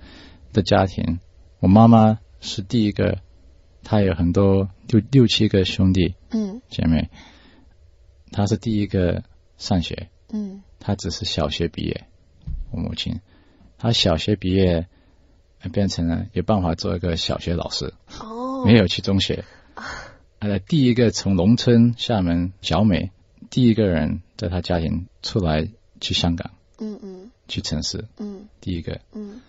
Speaker 3: 的家庭，我妈妈是第一个，她有很多六六七个兄弟
Speaker 2: 嗯
Speaker 3: 姐妹，她是第一个上学，
Speaker 2: 嗯
Speaker 3: 她只是小学毕业。我母亲，她小学毕业呃变成了有办法做一个小学老师，
Speaker 2: 哦，
Speaker 3: 没有去中学。呃，第一个从农村厦门小美，第一个人在她家庭出来去香港
Speaker 2: 嗯嗯
Speaker 3: 去城市，
Speaker 2: 嗯
Speaker 3: 第一个。
Speaker 2: 嗯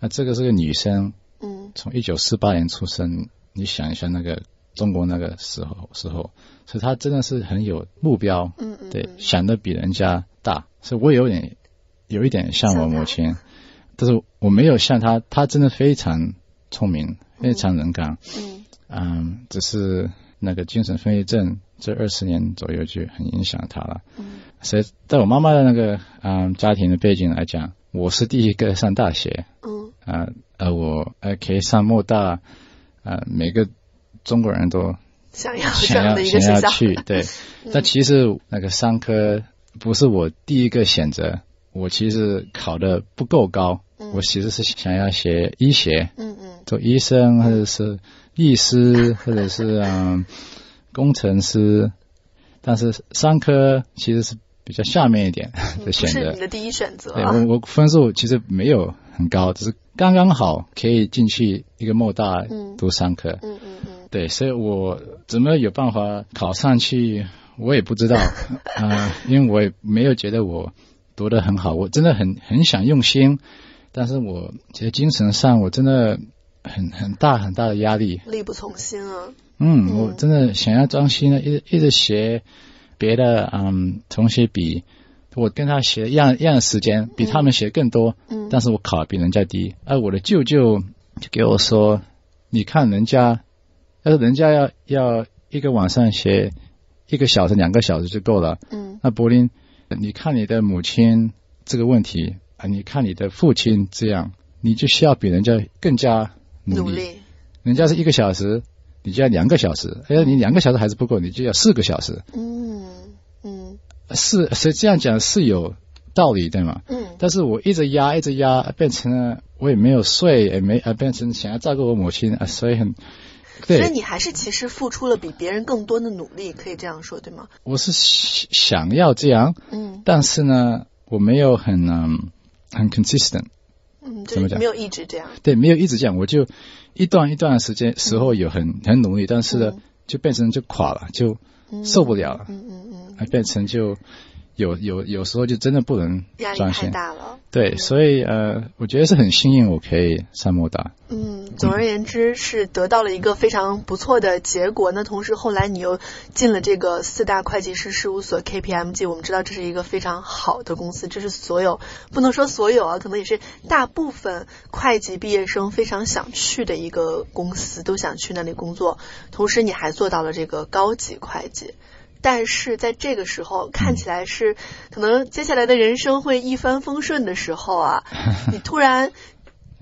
Speaker 3: 那这个是个女生，
Speaker 2: 嗯
Speaker 3: 从一九四八年出生，你想一下那个中国那个时候时候，所以她真的是很有目标，
Speaker 2: 嗯嗯，
Speaker 3: 对，
Speaker 2: 嗯
Speaker 3: 想的比人家大，所以我有点有一点像我母亲，但是我没有像她，她真的非常聪明，非常能干，
Speaker 2: 嗯
Speaker 3: 嗯，只是那个精神分裂症这二十年左右就很影响她了。
Speaker 2: 嗯
Speaker 3: 所以在我妈妈的那个嗯家庭的背景来讲，我是第一个上大学，
Speaker 2: 嗯
Speaker 3: 啊呃，我呃可以上莫大，呃，每个中国人都
Speaker 2: 想要这
Speaker 3: 想
Speaker 2: 样
Speaker 3: 要
Speaker 2: 的一个
Speaker 3: 想
Speaker 2: 学
Speaker 3: 要
Speaker 2: 校，
Speaker 3: 去，
Speaker 2: [laughs]
Speaker 3: 对。但其实那个商科不是我第一个选择，我其实考的不够高，我其实是想要学医学，
Speaker 2: 嗯嗯
Speaker 3: 做医生或者是律师或者是嗯工程师，但是商科其实是比较下面一点
Speaker 2: 嗯，
Speaker 3: [laughs] 的
Speaker 2: 不
Speaker 3: 选择。
Speaker 2: 是你的第一选择
Speaker 3: 对
Speaker 2: 啊。
Speaker 3: 我我分数其实没有很高，只是刚刚好可以进去一个莫大
Speaker 2: 嗯
Speaker 3: 读商科。
Speaker 2: 嗯嗯嗯
Speaker 3: 对，所以我怎么有办法考上去，我也不知道，呃，因为我也没有觉得我读得很好，我真的很很想用心，但是我其实精神上我真的很很大很大的压力，
Speaker 2: 力不从心啊。
Speaker 3: 嗯，我真的想要专心的，一直一直学别的，嗯，同学比我跟他学一样一样的时间，比他们学更多，
Speaker 2: 嗯
Speaker 3: 但是我考得比人家低。而我的舅舅就给我说，你看人家，要是人家要要一个晚上学一个小时、两个小时就够了，
Speaker 2: 嗯
Speaker 3: 那柏林，你看你的母亲这个问题啊，你看你的父亲这样，你就需要比人家更加
Speaker 2: 努力。
Speaker 3: 人家是一个小时，你就要两个小时，哎，你两个小时还是不够，你就要四个小时，
Speaker 2: 嗯嗯
Speaker 3: 是，所以这样讲是有道理，对吗？
Speaker 2: 嗯
Speaker 3: 但是我一直压，一直压，变成了我也没有睡，也没啊，变成想要照顾我母亲啊，所以很，
Speaker 2: 所以
Speaker 3: 对，
Speaker 2: 你还是其实付出了比别人更多的努力，可以这样说对吗？
Speaker 3: 我是想想要这样，
Speaker 2: 嗯
Speaker 3: 但是呢，我没有很嗯很 consistent，
Speaker 2: 嗯，就
Speaker 3: 怎么
Speaker 2: 是
Speaker 3: 讲
Speaker 2: 没有一直这样。
Speaker 3: 对，没有一直这样，我就一段一段的时间时候有很很努力，但是呢，就变成就垮了，就受不了了。
Speaker 2: 嗯嗯嗯，
Speaker 3: 还变成就有有有时候就真的不能
Speaker 2: 压力
Speaker 3: 专
Speaker 2: 太
Speaker 3: 心。
Speaker 2: 大嗯了。
Speaker 3: 对，所以呃，我觉得是很幸运，我可以上
Speaker 2: [laughs]
Speaker 3: 莫大。
Speaker 2: 嗯，总而言之是得到了一个非常不错的结果。那同时后来你又进了这个四大会计师事务所 KPMG，我们知道这是一个非常好的公司，这是所有不能说所有啊，可能也是大部分会计毕业生非常想去的一个公司，都想去那里工作。同时你还做到了这个高级会计。但是在这个时候，看起来是可能接下来的人生会一帆风顺的时候啊，你突然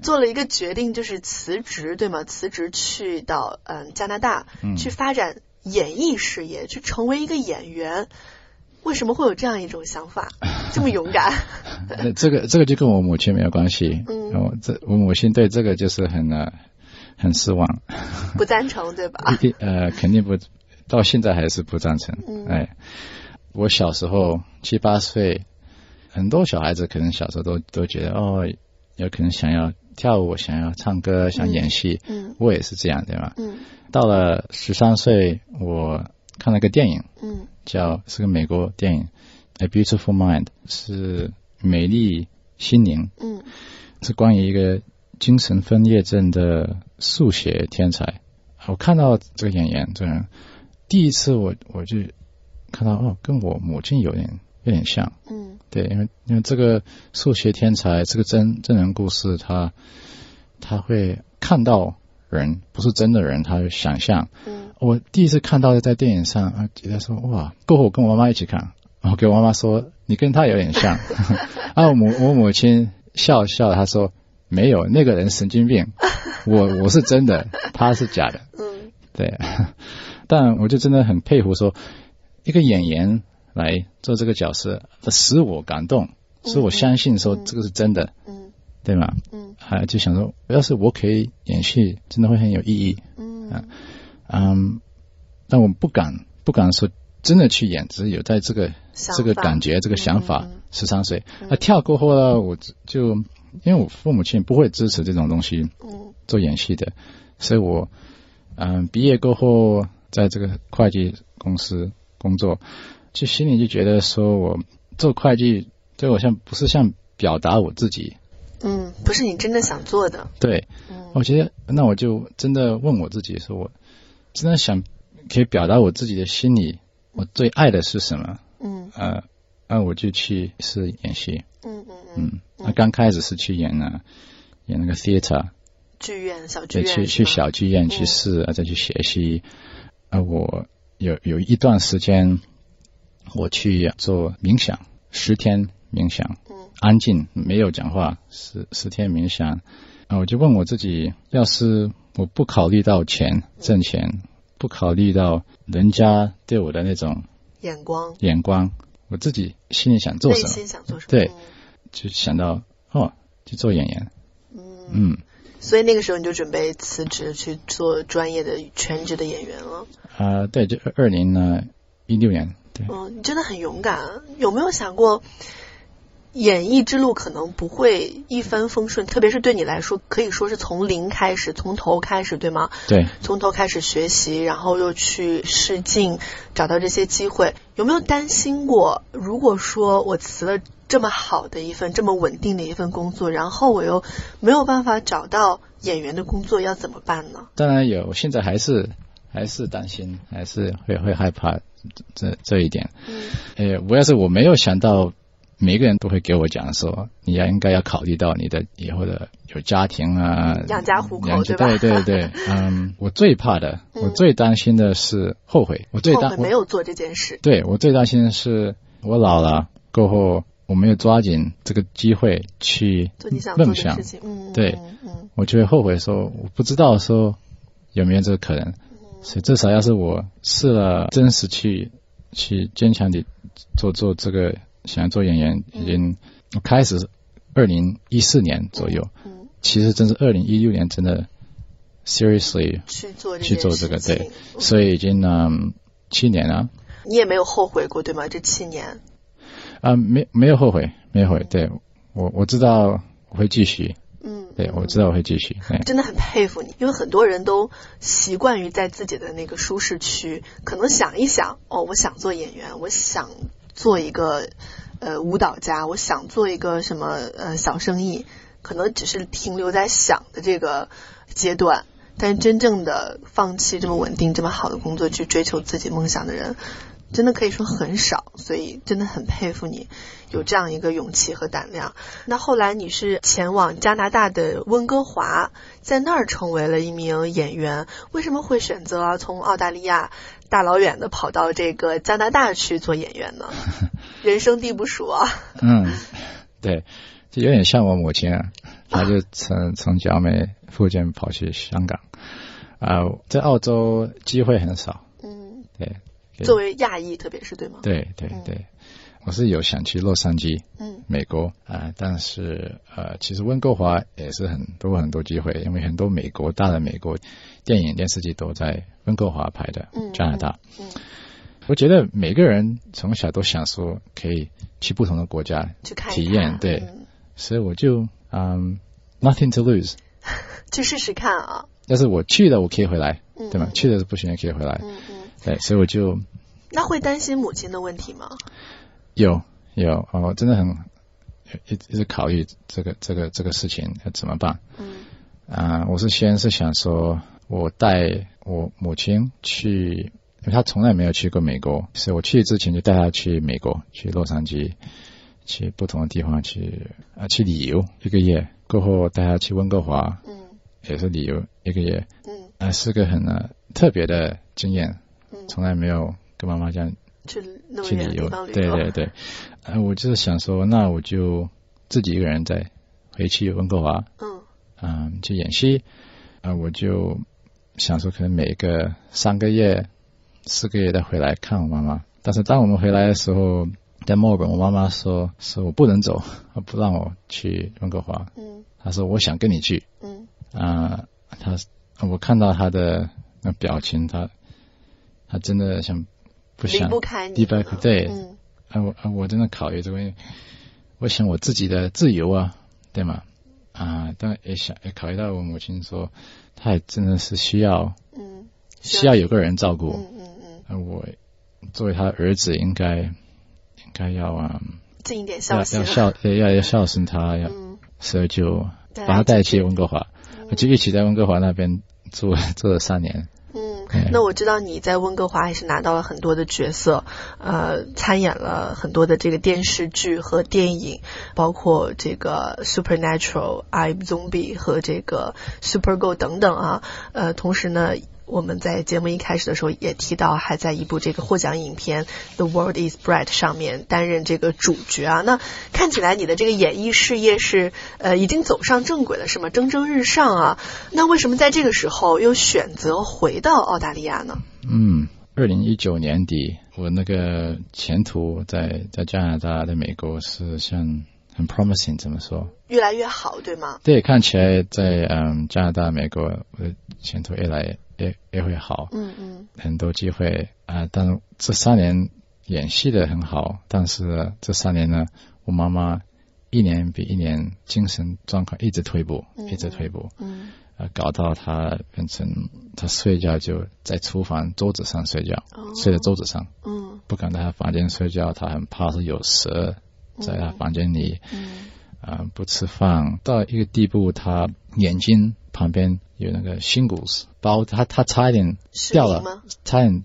Speaker 2: 做了一个决定，就是辞职，对吗？辞职去到
Speaker 3: 嗯
Speaker 2: 嗯加拿大，去发展演艺事业，去成为一个演员。为什么会有这样一种想
Speaker 3: [laughs]
Speaker 2: 法，这么勇敢？
Speaker 3: 那这个这个就跟我母亲没有关系。
Speaker 2: 嗯
Speaker 3: 然后这我母亲对这个就是很呃很失望，
Speaker 2: 不赞成对
Speaker 3: 一
Speaker 2: 吧？
Speaker 3: 定呃肯定不，到现在还是不赞成。
Speaker 2: 嗯
Speaker 3: 哎，我小时候七八岁，很多小孩子可能小时候都都觉得哦，有可能想要跳舞，想要唱歌，想演戏。
Speaker 2: 嗯
Speaker 3: 我也是这样，对吧？
Speaker 2: 嗯
Speaker 3: 到了十三岁，我看了个电影，
Speaker 2: 嗯
Speaker 3: 叫是个美国电影《A Beautiful Mind》，是美丽心灵，
Speaker 2: 嗯
Speaker 3: 是关于一个精神分裂症的数学天才。我看到这个演员，这人第一次我我就看到哦，跟我母亲有点有点像，
Speaker 2: 嗯
Speaker 3: 对，因为因为这个数学天才这个真真人故事，他他会看到人不是真的人，他会想象。
Speaker 2: 嗯
Speaker 3: 我第一次看到在电影上啊，觉得说哇，过后我跟我妈妈一起看，我给我妈妈说你跟他有点像，啊，我母我母亲笑了笑，她说没有，那个人神经病，我我是真的，他是假的，
Speaker 2: 嗯
Speaker 3: 对， [laughs] 但我就真的很佩服说一个演员来做这个角色，使我感动，使我相信说这个是真的，
Speaker 2: 嗯
Speaker 3: 对吗？
Speaker 2: 嗯
Speaker 3: 啊，就想说要是我可以演戏，真的会很有意义。啊
Speaker 2: 嗯
Speaker 3: 嗯，但我不敢不敢说真的去演，只是有在这个
Speaker 2: 想法
Speaker 3: 这个感觉、这个想法
Speaker 2: 嗯嗯。
Speaker 3: 十三岁，那、跳过后呢，我就因为我父母亲不会支持这种东西
Speaker 2: 嗯
Speaker 3: 做演戏的，所以我嗯毕业过后，在这个会计公司工作，就心里就觉得说我做会计对我像不是像表达我自己，
Speaker 2: 嗯，不是你真的想做的。
Speaker 3: 对，
Speaker 2: 嗯
Speaker 3: 我觉得那我就真的问我自己，说我真的想可以表达我自己的心里，我最爱的是什么？
Speaker 2: 嗯
Speaker 3: 呃，那我就去试演戏。
Speaker 2: 嗯嗯嗯，
Speaker 3: 嗯，那刚开始是去演呢、演那个 theater，
Speaker 2: 剧院小剧
Speaker 3: 对，
Speaker 2: 院是嗯
Speaker 3: 去去
Speaker 2: 吗
Speaker 3: 小剧院去试，啊，再去学习。啊，我有有一段时间，我去做冥想，十天冥想，
Speaker 2: 嗯
Speaker 3: 安静，没有讲话，十十天冥想。啊，我就问我自己，要是我不考虑到钱挣钱，不考虑到人家对我的那种
Speaker 2: 眼光，
Speaker 3: 眼光，我自己心里想做
Speaker 2: 内
Speaker 3: 什么，
Speaker 2: 心想做什么？
Speaker 3: 对就想到哦，去做演员。
Speaker 2: 嗯，嗯
Speaker 3: 嗯，
Speaker 2: 所以那个时候你就准备辞职去做专业的全职的演员了。
Speaker 3: 啊、对，就二零呢一六年，对，
Speaker 2: 嗯，你真的很勇敢。有没有想过，演艺之路可能不会一帆风顺，特别是对你来说，可以说是从零开始，从头开始，对吗？
Speaker 3: 对，
Speaker 2: 从头开始学习，然后又去试镜，找到这些机会，有没有担心过？如果说我辞了这么好的一份、这么稳定的一份工作，然后我又没有办法找到演员的工作，要怎么办呢？
Speaker 3: 当然有，现在还是还是担心，还是会会害怕这这这一点。
Speaker 2: 嗯
Speaker 3: 呃，我要是我没有想到，每个人都会给我讲说，你要应该要考虑到你的以后的有家庭啊，
Speaker 2: 嗯养家糊口
Speaker 3: 养
Speaker 2: 对吧
Speaker 3: 对对对，嗯，我最怕的，
Speaker 2: 嗯
Speaker 3: 我最担心的是后悔，我最
Speaker 2: 后
Speaker 3: 担
Speaker 2: 悔
Speaker 3: 我
Speaker 2: 没有做这件事。
Speaker 3: 对我最担心的是我老了过后，我没有抓紧这个机会去
Speaker 2: 做你想做
Speaker 3: 梦
Speaker 2: 的
Speaker 3: 想
Speaker 2: 事，情，嗯，
Speaker 3: 对
Speaker 2: 嗯嗯
Speaker 3: 我就会后悔说，我不知道说有没有这个可能，所以至少要是我试了，真实去去坚强地做做这个想要做演员，已经我开始二零一四年左右，
Speaker 2: 嗯，
Speaker 3: 其实真是二零一六年真的 seriously
Speaker 2: 去做这
Speaker 3: 去
Speaker 2: 件
Speaker 3: 做这
Speaker 2: 事
Speaker 3: 个，
Speaker 2: 情
Speaker 3: 对，所以已经嗯七年了，
Speaker 2: 你也没有后悔过，对吗？这七年，
Speaker 3: 啊、没没有后悔，没有后悔，对我我知道我会继续，
Speaker 2: 嗯，
Speaker 3: 对我知道我会继续，对。
Speaker 2: 真的很佩服你，因为很多人都习惯于在自己的那个舒适区，可能想一想，哦，我想做演员，我想做一个呃舞蹈家，我想做一个什么呃小生意，可能只是停留在想的这个阶段。但真正的放弃这么稳定、这么好的工作去追求自己梦想的人，真的可以说很少，所以真的很佩服你有这样一个勇气和胆量。那后来你是前往加拿大的温哥华，在那儿成为了一名演员，为什么会选择从澳大利亚大老远的跑到这个加拿大去做演员
Speaker 3: [laughs]
Speaker 2: 呢？人生地不熟啊。
Speaker 3: 嗯， [laughs] 对，就有点像我母亲啊，她就从从小美福建跑去香港，啊、在澳洲机会很少，
Speaker 2: 嗯
Speaker 3: 对，给
Speaker 2: 作为亚裔，特别是对吗？
Speaker 3: 对对
Speaker 2: 哦
Speaker 3: 对，我是有想去洛杉矶，
Speaker 2: 嗯
Speaker 3: 美国啊、呃但是呃，其实温哥华也是很多很多机会，因为很多美国大的美国电影电视剧都在温哥华拍的
Speaker 2: 嗯，
Speaker 3: 加拿大。
Speaker 2: 嗯，
Speaker 3: 我觉得每个人从小都想说可以去不同的国家，
Speaker 2: 去看一
Speaker 3: 体
Speaker 2: 看
Speaker 3: 验对
Speaker 2: 嗯
Speaker 3: 所以我就嗯，nothing to lose，
Speaker 2: 去试试看啊，
Speaker 3: 但是我去了我可以回来，
Speaker 2: 嗯
Speaker 3: 对吧？
Speaker 2: 嗯
Speaker 3: 去了不行也可以回来，
Speaker 2: 嗯嗯，
Speaker 3: 对，所以我就
Speaker 2: 那会担心母亲的问题吗？
Speaker 3: 有有哦，真的很一一直考虑这个这个这个事情要怎么办。
Speaker 2: 嗯
Speaker 3: 啊、我是先是想说，我带我母亲去，因为她从来没有去过美国，所以我去之前就带她去美国，去洛杉矶，去不同的地方去啊、去旅游一个月，过后带她去温哥华
Speaker 2: 嗯
Speaker 3: 也是旅游一个月，
Speaker 2: 嗯
Speaker 3: 啊、是个很、呃、特别的经验，
Speaker 2: 嗯，
Speaker 3: 从来没有跟妈妈这样
Speaker 2: 去那么
Speaker 3: 去
Speaker 2: 远
Speaker 3: 旅
Speaker 2: 的
Speaker 3: 游
Speaker 2: 地方，旅
Speaker 3: 对
Speaker 2: 游，
Speaker 3: 对对，呃，我就是想说，那我就自己一个人再回去温哥华，
Speaker 2: 嗯
Speaker 3: 嗯，去演戏，啊、我就想说，可能每个三个月、四个月再回来看我妈妈。但是当我们回来的时候，在墨尔本，我妈妈说，说我不能走，不让我去温哥华。
Speaker 2: 嗯
Speaker 3: 她说我想跟你去，
Speaker 2: 嗯
Speaker 3: 啊、她我看到她的那表情，她她真的想不
Speaker 2: 离
Speaker 3: 想
Speaker 2: 不开你，
Speaker 3: 离不开对
Speaker 2: 嗯
Speaker 3: 啊，我啊，我真的考虑这个问题，我想我自己的自由啊，对吗？啊，但也想也考虑到我母亲说，她也真的是需要
Speaker 2: 嗯，
Speaker 3: 需要有个人照顾。
Speaker 2: 嗯嗯嗯，
Speaker 3: 啊，我作为她儿子，应该应该要啊，
Speaker 2: 尽一点
Speaker 3: 要
Speaker 2: 孝
Speaker 3: 要
Speaker 2: 心，啊
Speaker 3: 孝啊要要孝顺她，要
Speaker 2: 嗯，
Speaker 3: 所以就
Speaker 2: 带
Speaker 3: 把她
Speaker 2: 她
Speaker 3: 带去温哥华，
Speaker 2: 嗯
Speaker 3: 我就一起在温哥华那边住住了三年。
Speaker 2: 嗯
Speaker 3: 对，
Speaker 2: 那我知道你在温哥华也是拿到了很多的角色，呃，参演了很多的这个电视剧和电影，包括这个 Supernatural、I'm Zombie 和这个 Supergirl 等等啊。呃，同时呢，我们在节目一开始的时候也提到，还在一部这个获奖影片《The World Is Bright》上面担任这个主角啊。那看起来你的这个演艺事业是呃已经走上正轨了，是吗？蒸蒸日上啊。那为什么在这个时候又选择回到澳大利亚呢？
Speaker 3: 嗯，二零一九年底，我那个前途在在加拿大、在美国是像很 promising，怎么说？
Speaker 2: 越来越好，对吗？
Speaker 3: 对，看起来在嗯加拿大、美国，我的前途越来越越会好，
Speaker 2: 嗯嗯
Speaker 3: 很多机会啊、但这三年演戏的很好，但是这三年呢，我妈妈一年比一年精神状况一直退步，
Speaker 2: 嗯
Speaker 3: 一直退步，
Speaker 2: 嗯，
Speaker 3: 呃，搞到她变成她睡觉就在厨房桌子上睡觉，
Speaker 2: 哦
Speaker 3: 睡在桌子上。
Speaker 2: 嗯
Speaker 3: 不敢在他房间睡觉，他很怕是有蛇在他房间里，
Speaker 2: 嗯
Speaker 3: 啊、不吃饭到一个地步，他眼睛旁边有那个 shingles 包，他他差一点
Speaker 2: 失
Speaker 3: 掉
Speaker 2: 明
Speaker 3: 了
Speaker 2: 吗，？
Speaker 3: 差点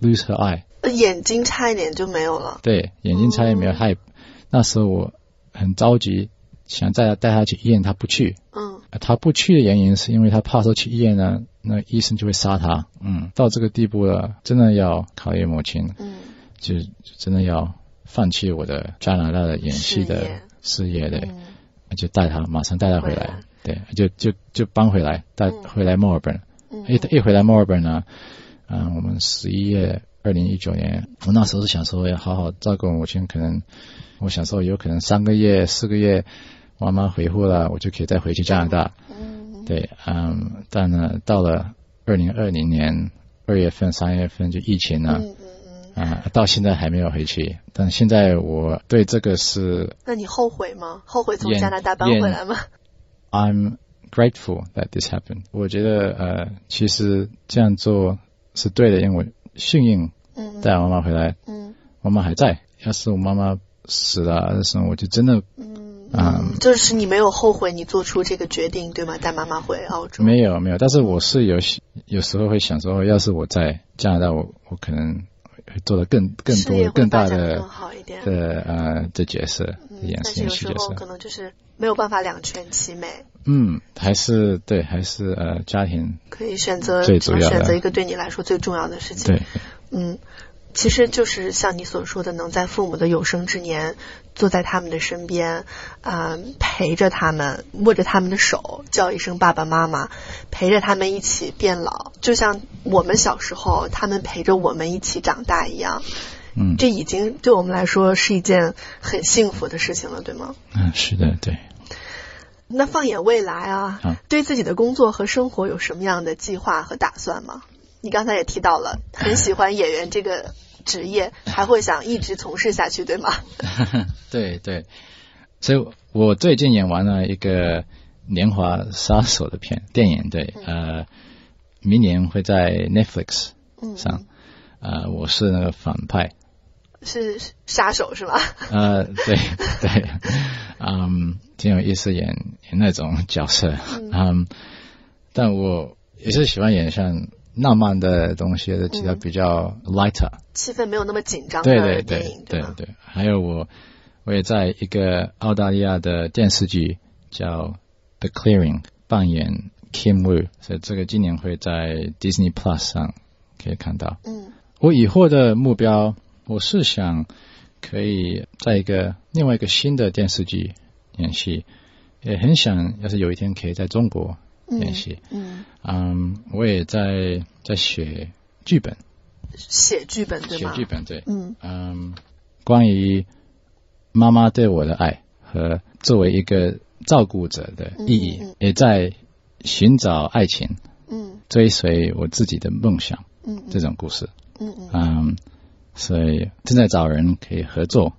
Speaker 3: lose her eye，
Speaker 2: 呃眼睛差一点就没有了。
Speaker 3: 对，眼睛差点没有害。那时候我很着急，想带他带他去医院，他不去。
Speaker 2: 嗯
Speaker 3: 呃他不去的原因是因为他怕说去医院呢，那医生就会杀他。嗯，到这个地步了，真的要考验母亲。
Speaker 2: 嗯
Speaker 3: 就就真的要放弃我的加拿大的演戏
Speaker 2: 事
Speaker 3: 的
Speaker 2: 业
Speaker 3: 事业的，
Speaker 2: 嗯
Speaker 3: 就带他马上带他回
Speaker 2: 回
Speaker 3: 来
Speaker 2: 来，
Speaker 3: 对，就就就搬回来，带
Speaker 2: 嗯
Speaker 3: 回来墨尔本。
Speaker 2: 嗯
Speaker 3: 一一回来墨尔本呢，嗯、我们十一月二零一九年，我那时候是想说要哎好好照顾我母亲，可能我想说有可能三个月四个月，我妈妈回复了，我就可以再回去加拿大。
Speaker 2: 嗯
Speaker 3: 对，嗯，但呢，到了二零二零年二月份、三月份就疫情了，
Speaker 2: 嗯嗯嗯，
Speaker 3: 啊、到现在还没有回去。但现在我对这个是
Speaker 2: 那你后悔吗？后悔从
Speaker 3: 眼
Speaker 2: 加拿大搬回来吗？
Speaker 3: I'm grateful that this happened。我觉得呃，其实这样做是对的，因为我幸运
Speaker 2: 嗯
Speaker 3: 带我妈妈回来，
Speaker 2: 嗯
Speaker 3: 妈妈还在。要是我妈妈死了的时候，我就真的
Speaker 2: 嗯
Speaker 3: [laughs] 啊
Speaker 2: 嗯，就是你没有后悔你做出这个决定，对吗？带妈妈回澳洲。
Speaker 3: 没有没有。但是我是有有时候会想说，要是我在加拿大，我我可能会做的更更
Speaker 2: 事业会
Speaker 3: 多更大
Speaker 2: 发展得
Speaker 3: 的
Speaker 2: 更好一点。
Speaker 3: 的呃的角色，
Speaker 2: 嗯，
Speaker 3: 演
Speaker 2: 但
Speaker 3: 戏
Speaker 2: 是有
Speaker 3: 演戏
Speaker 2: 时
Speaker 3: 角
Speaker 2: 候可
Speaker 3: 色，
Speaker 2: 能就是没有办法两全其美，
Speaker 3: 嗯，还是对，还是呃家庭
Speaker 2: 可以选择
Speaker 3: 最
Speaker 2: 只
Speaker 3: 主
Speaker 2: 能
Speaker 3: 要的
Speaker 2: 选择一个对你来说最重要的事情。
Speaker 3: 对，
Speaker 2: 嗯，其实就是像你所说的，能在父母的有生之年坐在他们的身边，啊、陪着他们，握着他们的手，叫一声爸爸妈妈，陪着他们一起变老，就像我们小时候他们陪着我们一起长大一样。
Speaker 3: 嗯
Speaker 2: 这已经对我们来说是一件很幸福的事情了，对吗？
Speaker 3: 嗯，是的，对。
Speaker 2: 那放眼未来啊，
Speaker 3: 嗯
Speaker 2: 对自己的工作和生活有什么样的计划和打算吗？你刚才也提到了，很喜欢演员这个职业，还会想一直从事下去，对吗？
Speaker 3: 对对，所以我最近演完了一个《年华杀手》的片电影，对，呃，明年会在 Netflix
Speaker 2: 嗯，
Speaker 3: 上，呃，我是那个反派，
Speaker 2: 是杀手是吧？ [laughs]
Speaker 3: 呃，对对， [laughs] 嗯，挺有意思演演那种角色，嗯，但我也是喜欢演像浪漫的东西，就比较比较 lighter，、
Speaker 2: 气氛没有那么紧张
Speaker 3: 对
Speaker 2: 的
Speaker 3: 对
Speaker 2: 电影
Speaker 3: 对，
Speaker 2: 吧？
Speaker 3: 对，还有我我也在一个澳大利亚的电视剧叫《The Clearing》扮演 Kim Woo，所以这个今年会在 Disney Plus 上可以看到。
Speaker 2: 嗯
Speaker 3: 我以后的目标，我是想可以在一个另外一个新的电视剧演戏，也很想要是有一天可以在中国演戏。
Speaker 2: 嗯，
Speaker 3: 嗯我也在在写剧本，
Speaker 2: 写剧本对
Speaker 3: 写
Speaker 2: 吗？
Speaker 3: 剧本对。
Speaker 2: 嗯
Speaker 3: 嗯，关于妈妈对我的爱和作为一个照顾者的意义，
Speaker 2: 嗯嗯嗯
Speaker 3: 也在寻找爱情、
Speaker 2: 嗯
Speaker 3: 追随我自己的梦想
Speaker 2: 嗯
Speaker 3: 这种故事。
Speaker 2: 嗯嗯
Speaker 3: 嗯，所以正在找人可以合作。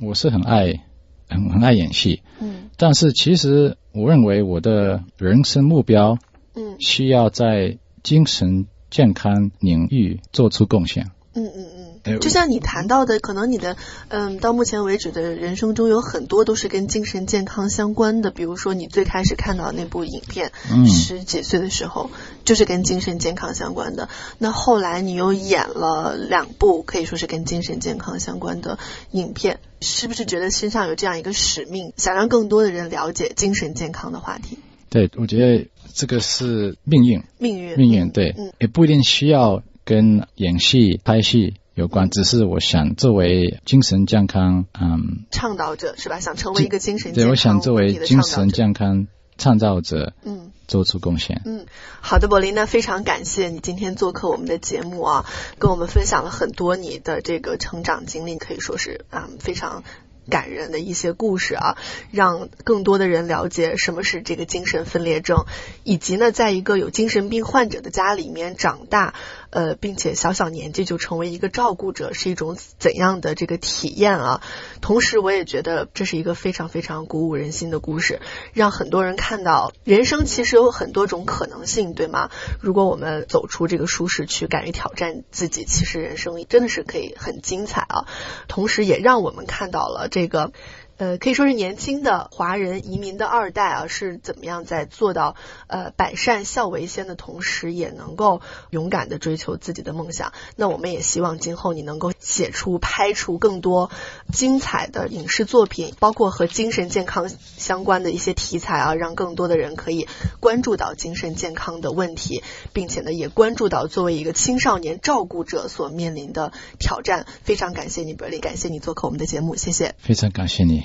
Speaker 3: 我是很爱很很爱演戏，
Speaker 2: 嗯
Speaker 3: 但是其实我认为我的人生目标
Speaker 2: 嗯
Speaker 3: 需要在精神健康领域做出贡献。
Speaker 2: 嗯嗯
Speaker 3: 哎
Speaker 2: 嗯，就像你谈到的，可能你的嗯，到目前为止的人生中有很多都是跟精神健康相关的，比如说你最开始看到的那部影片，
Speaker 3: 嗯
Speaker 2: 十几岁的时候就是跟精神健康相关的。那后来你又演了两部可以说是跟精神健康相关的影片，是不是觉得身上有这样一个使命，想让更多的人了解精神健康的话题？
Speaker 3: 对，我觉得这个是命运。
Speaker 2: 命运，
Speaker 3: 命运
Speaker 2: 嗯
Speaker 3: 对，
Speaker 2: 嗯
Speaker 3: 也不一定需要跟演戏、拍戏有关，只是我想作为精神健康，嗯，
Speaker 2: 倡导者是吧？想成为一个精神健
Speaker 3: 对
Speaker 2: 康
Speaker 3: 我想作
Speaker 2: 问
Speaker 3: 为
Speaker 2: 题的
Speaker 3: 精
Speaker 2: 倡导
Speaker 3: 神
Speaker 2: 者，
Speaker 3: 健康创造者
Speaker 2: 嗯。
Speaker 3: 做出贡献。
Speaker 2: 嗯，好的，柏林，那非常感谢你今天做客我们的节目啊，跟我们分享了很多你的这个成长经历，可以说是啊、嗯、非常感人的一些故事啊，让更多的人了解什么是这个精神分裂症，以及呢，在一个有精神病患者的家里面长大，呃，并且小小年纪就成为一个照顾者是一种怎样的这个体验啊。同时，我也觉得这是一个非常非常鼓舞人心的故事，让很多人看到人生其实有很多种可能性，对吗？如果我们走出这个舒适区，敢于挑战自己，其实人生真的是可以很精彩啊！同时，也让我们看到了这个。呃，可以说是年轻的华人移民的二代啊，是怎么样在做到呃百善孝为先的同时，也能够勇敢的追求自己的梦想。那我们也希望今后你能够写出、拍出更多精彩的影视作品，包括和精神健康相关的一些题材啊，让更多的人可以关注到精神健康的问题，并且呢，也关注到作为一个青少年照顾者所面临的挑战。非常感谢你，b e r l i 感谢你做客我们的节目，谢谢。
Speaker 3: 非常感谢你，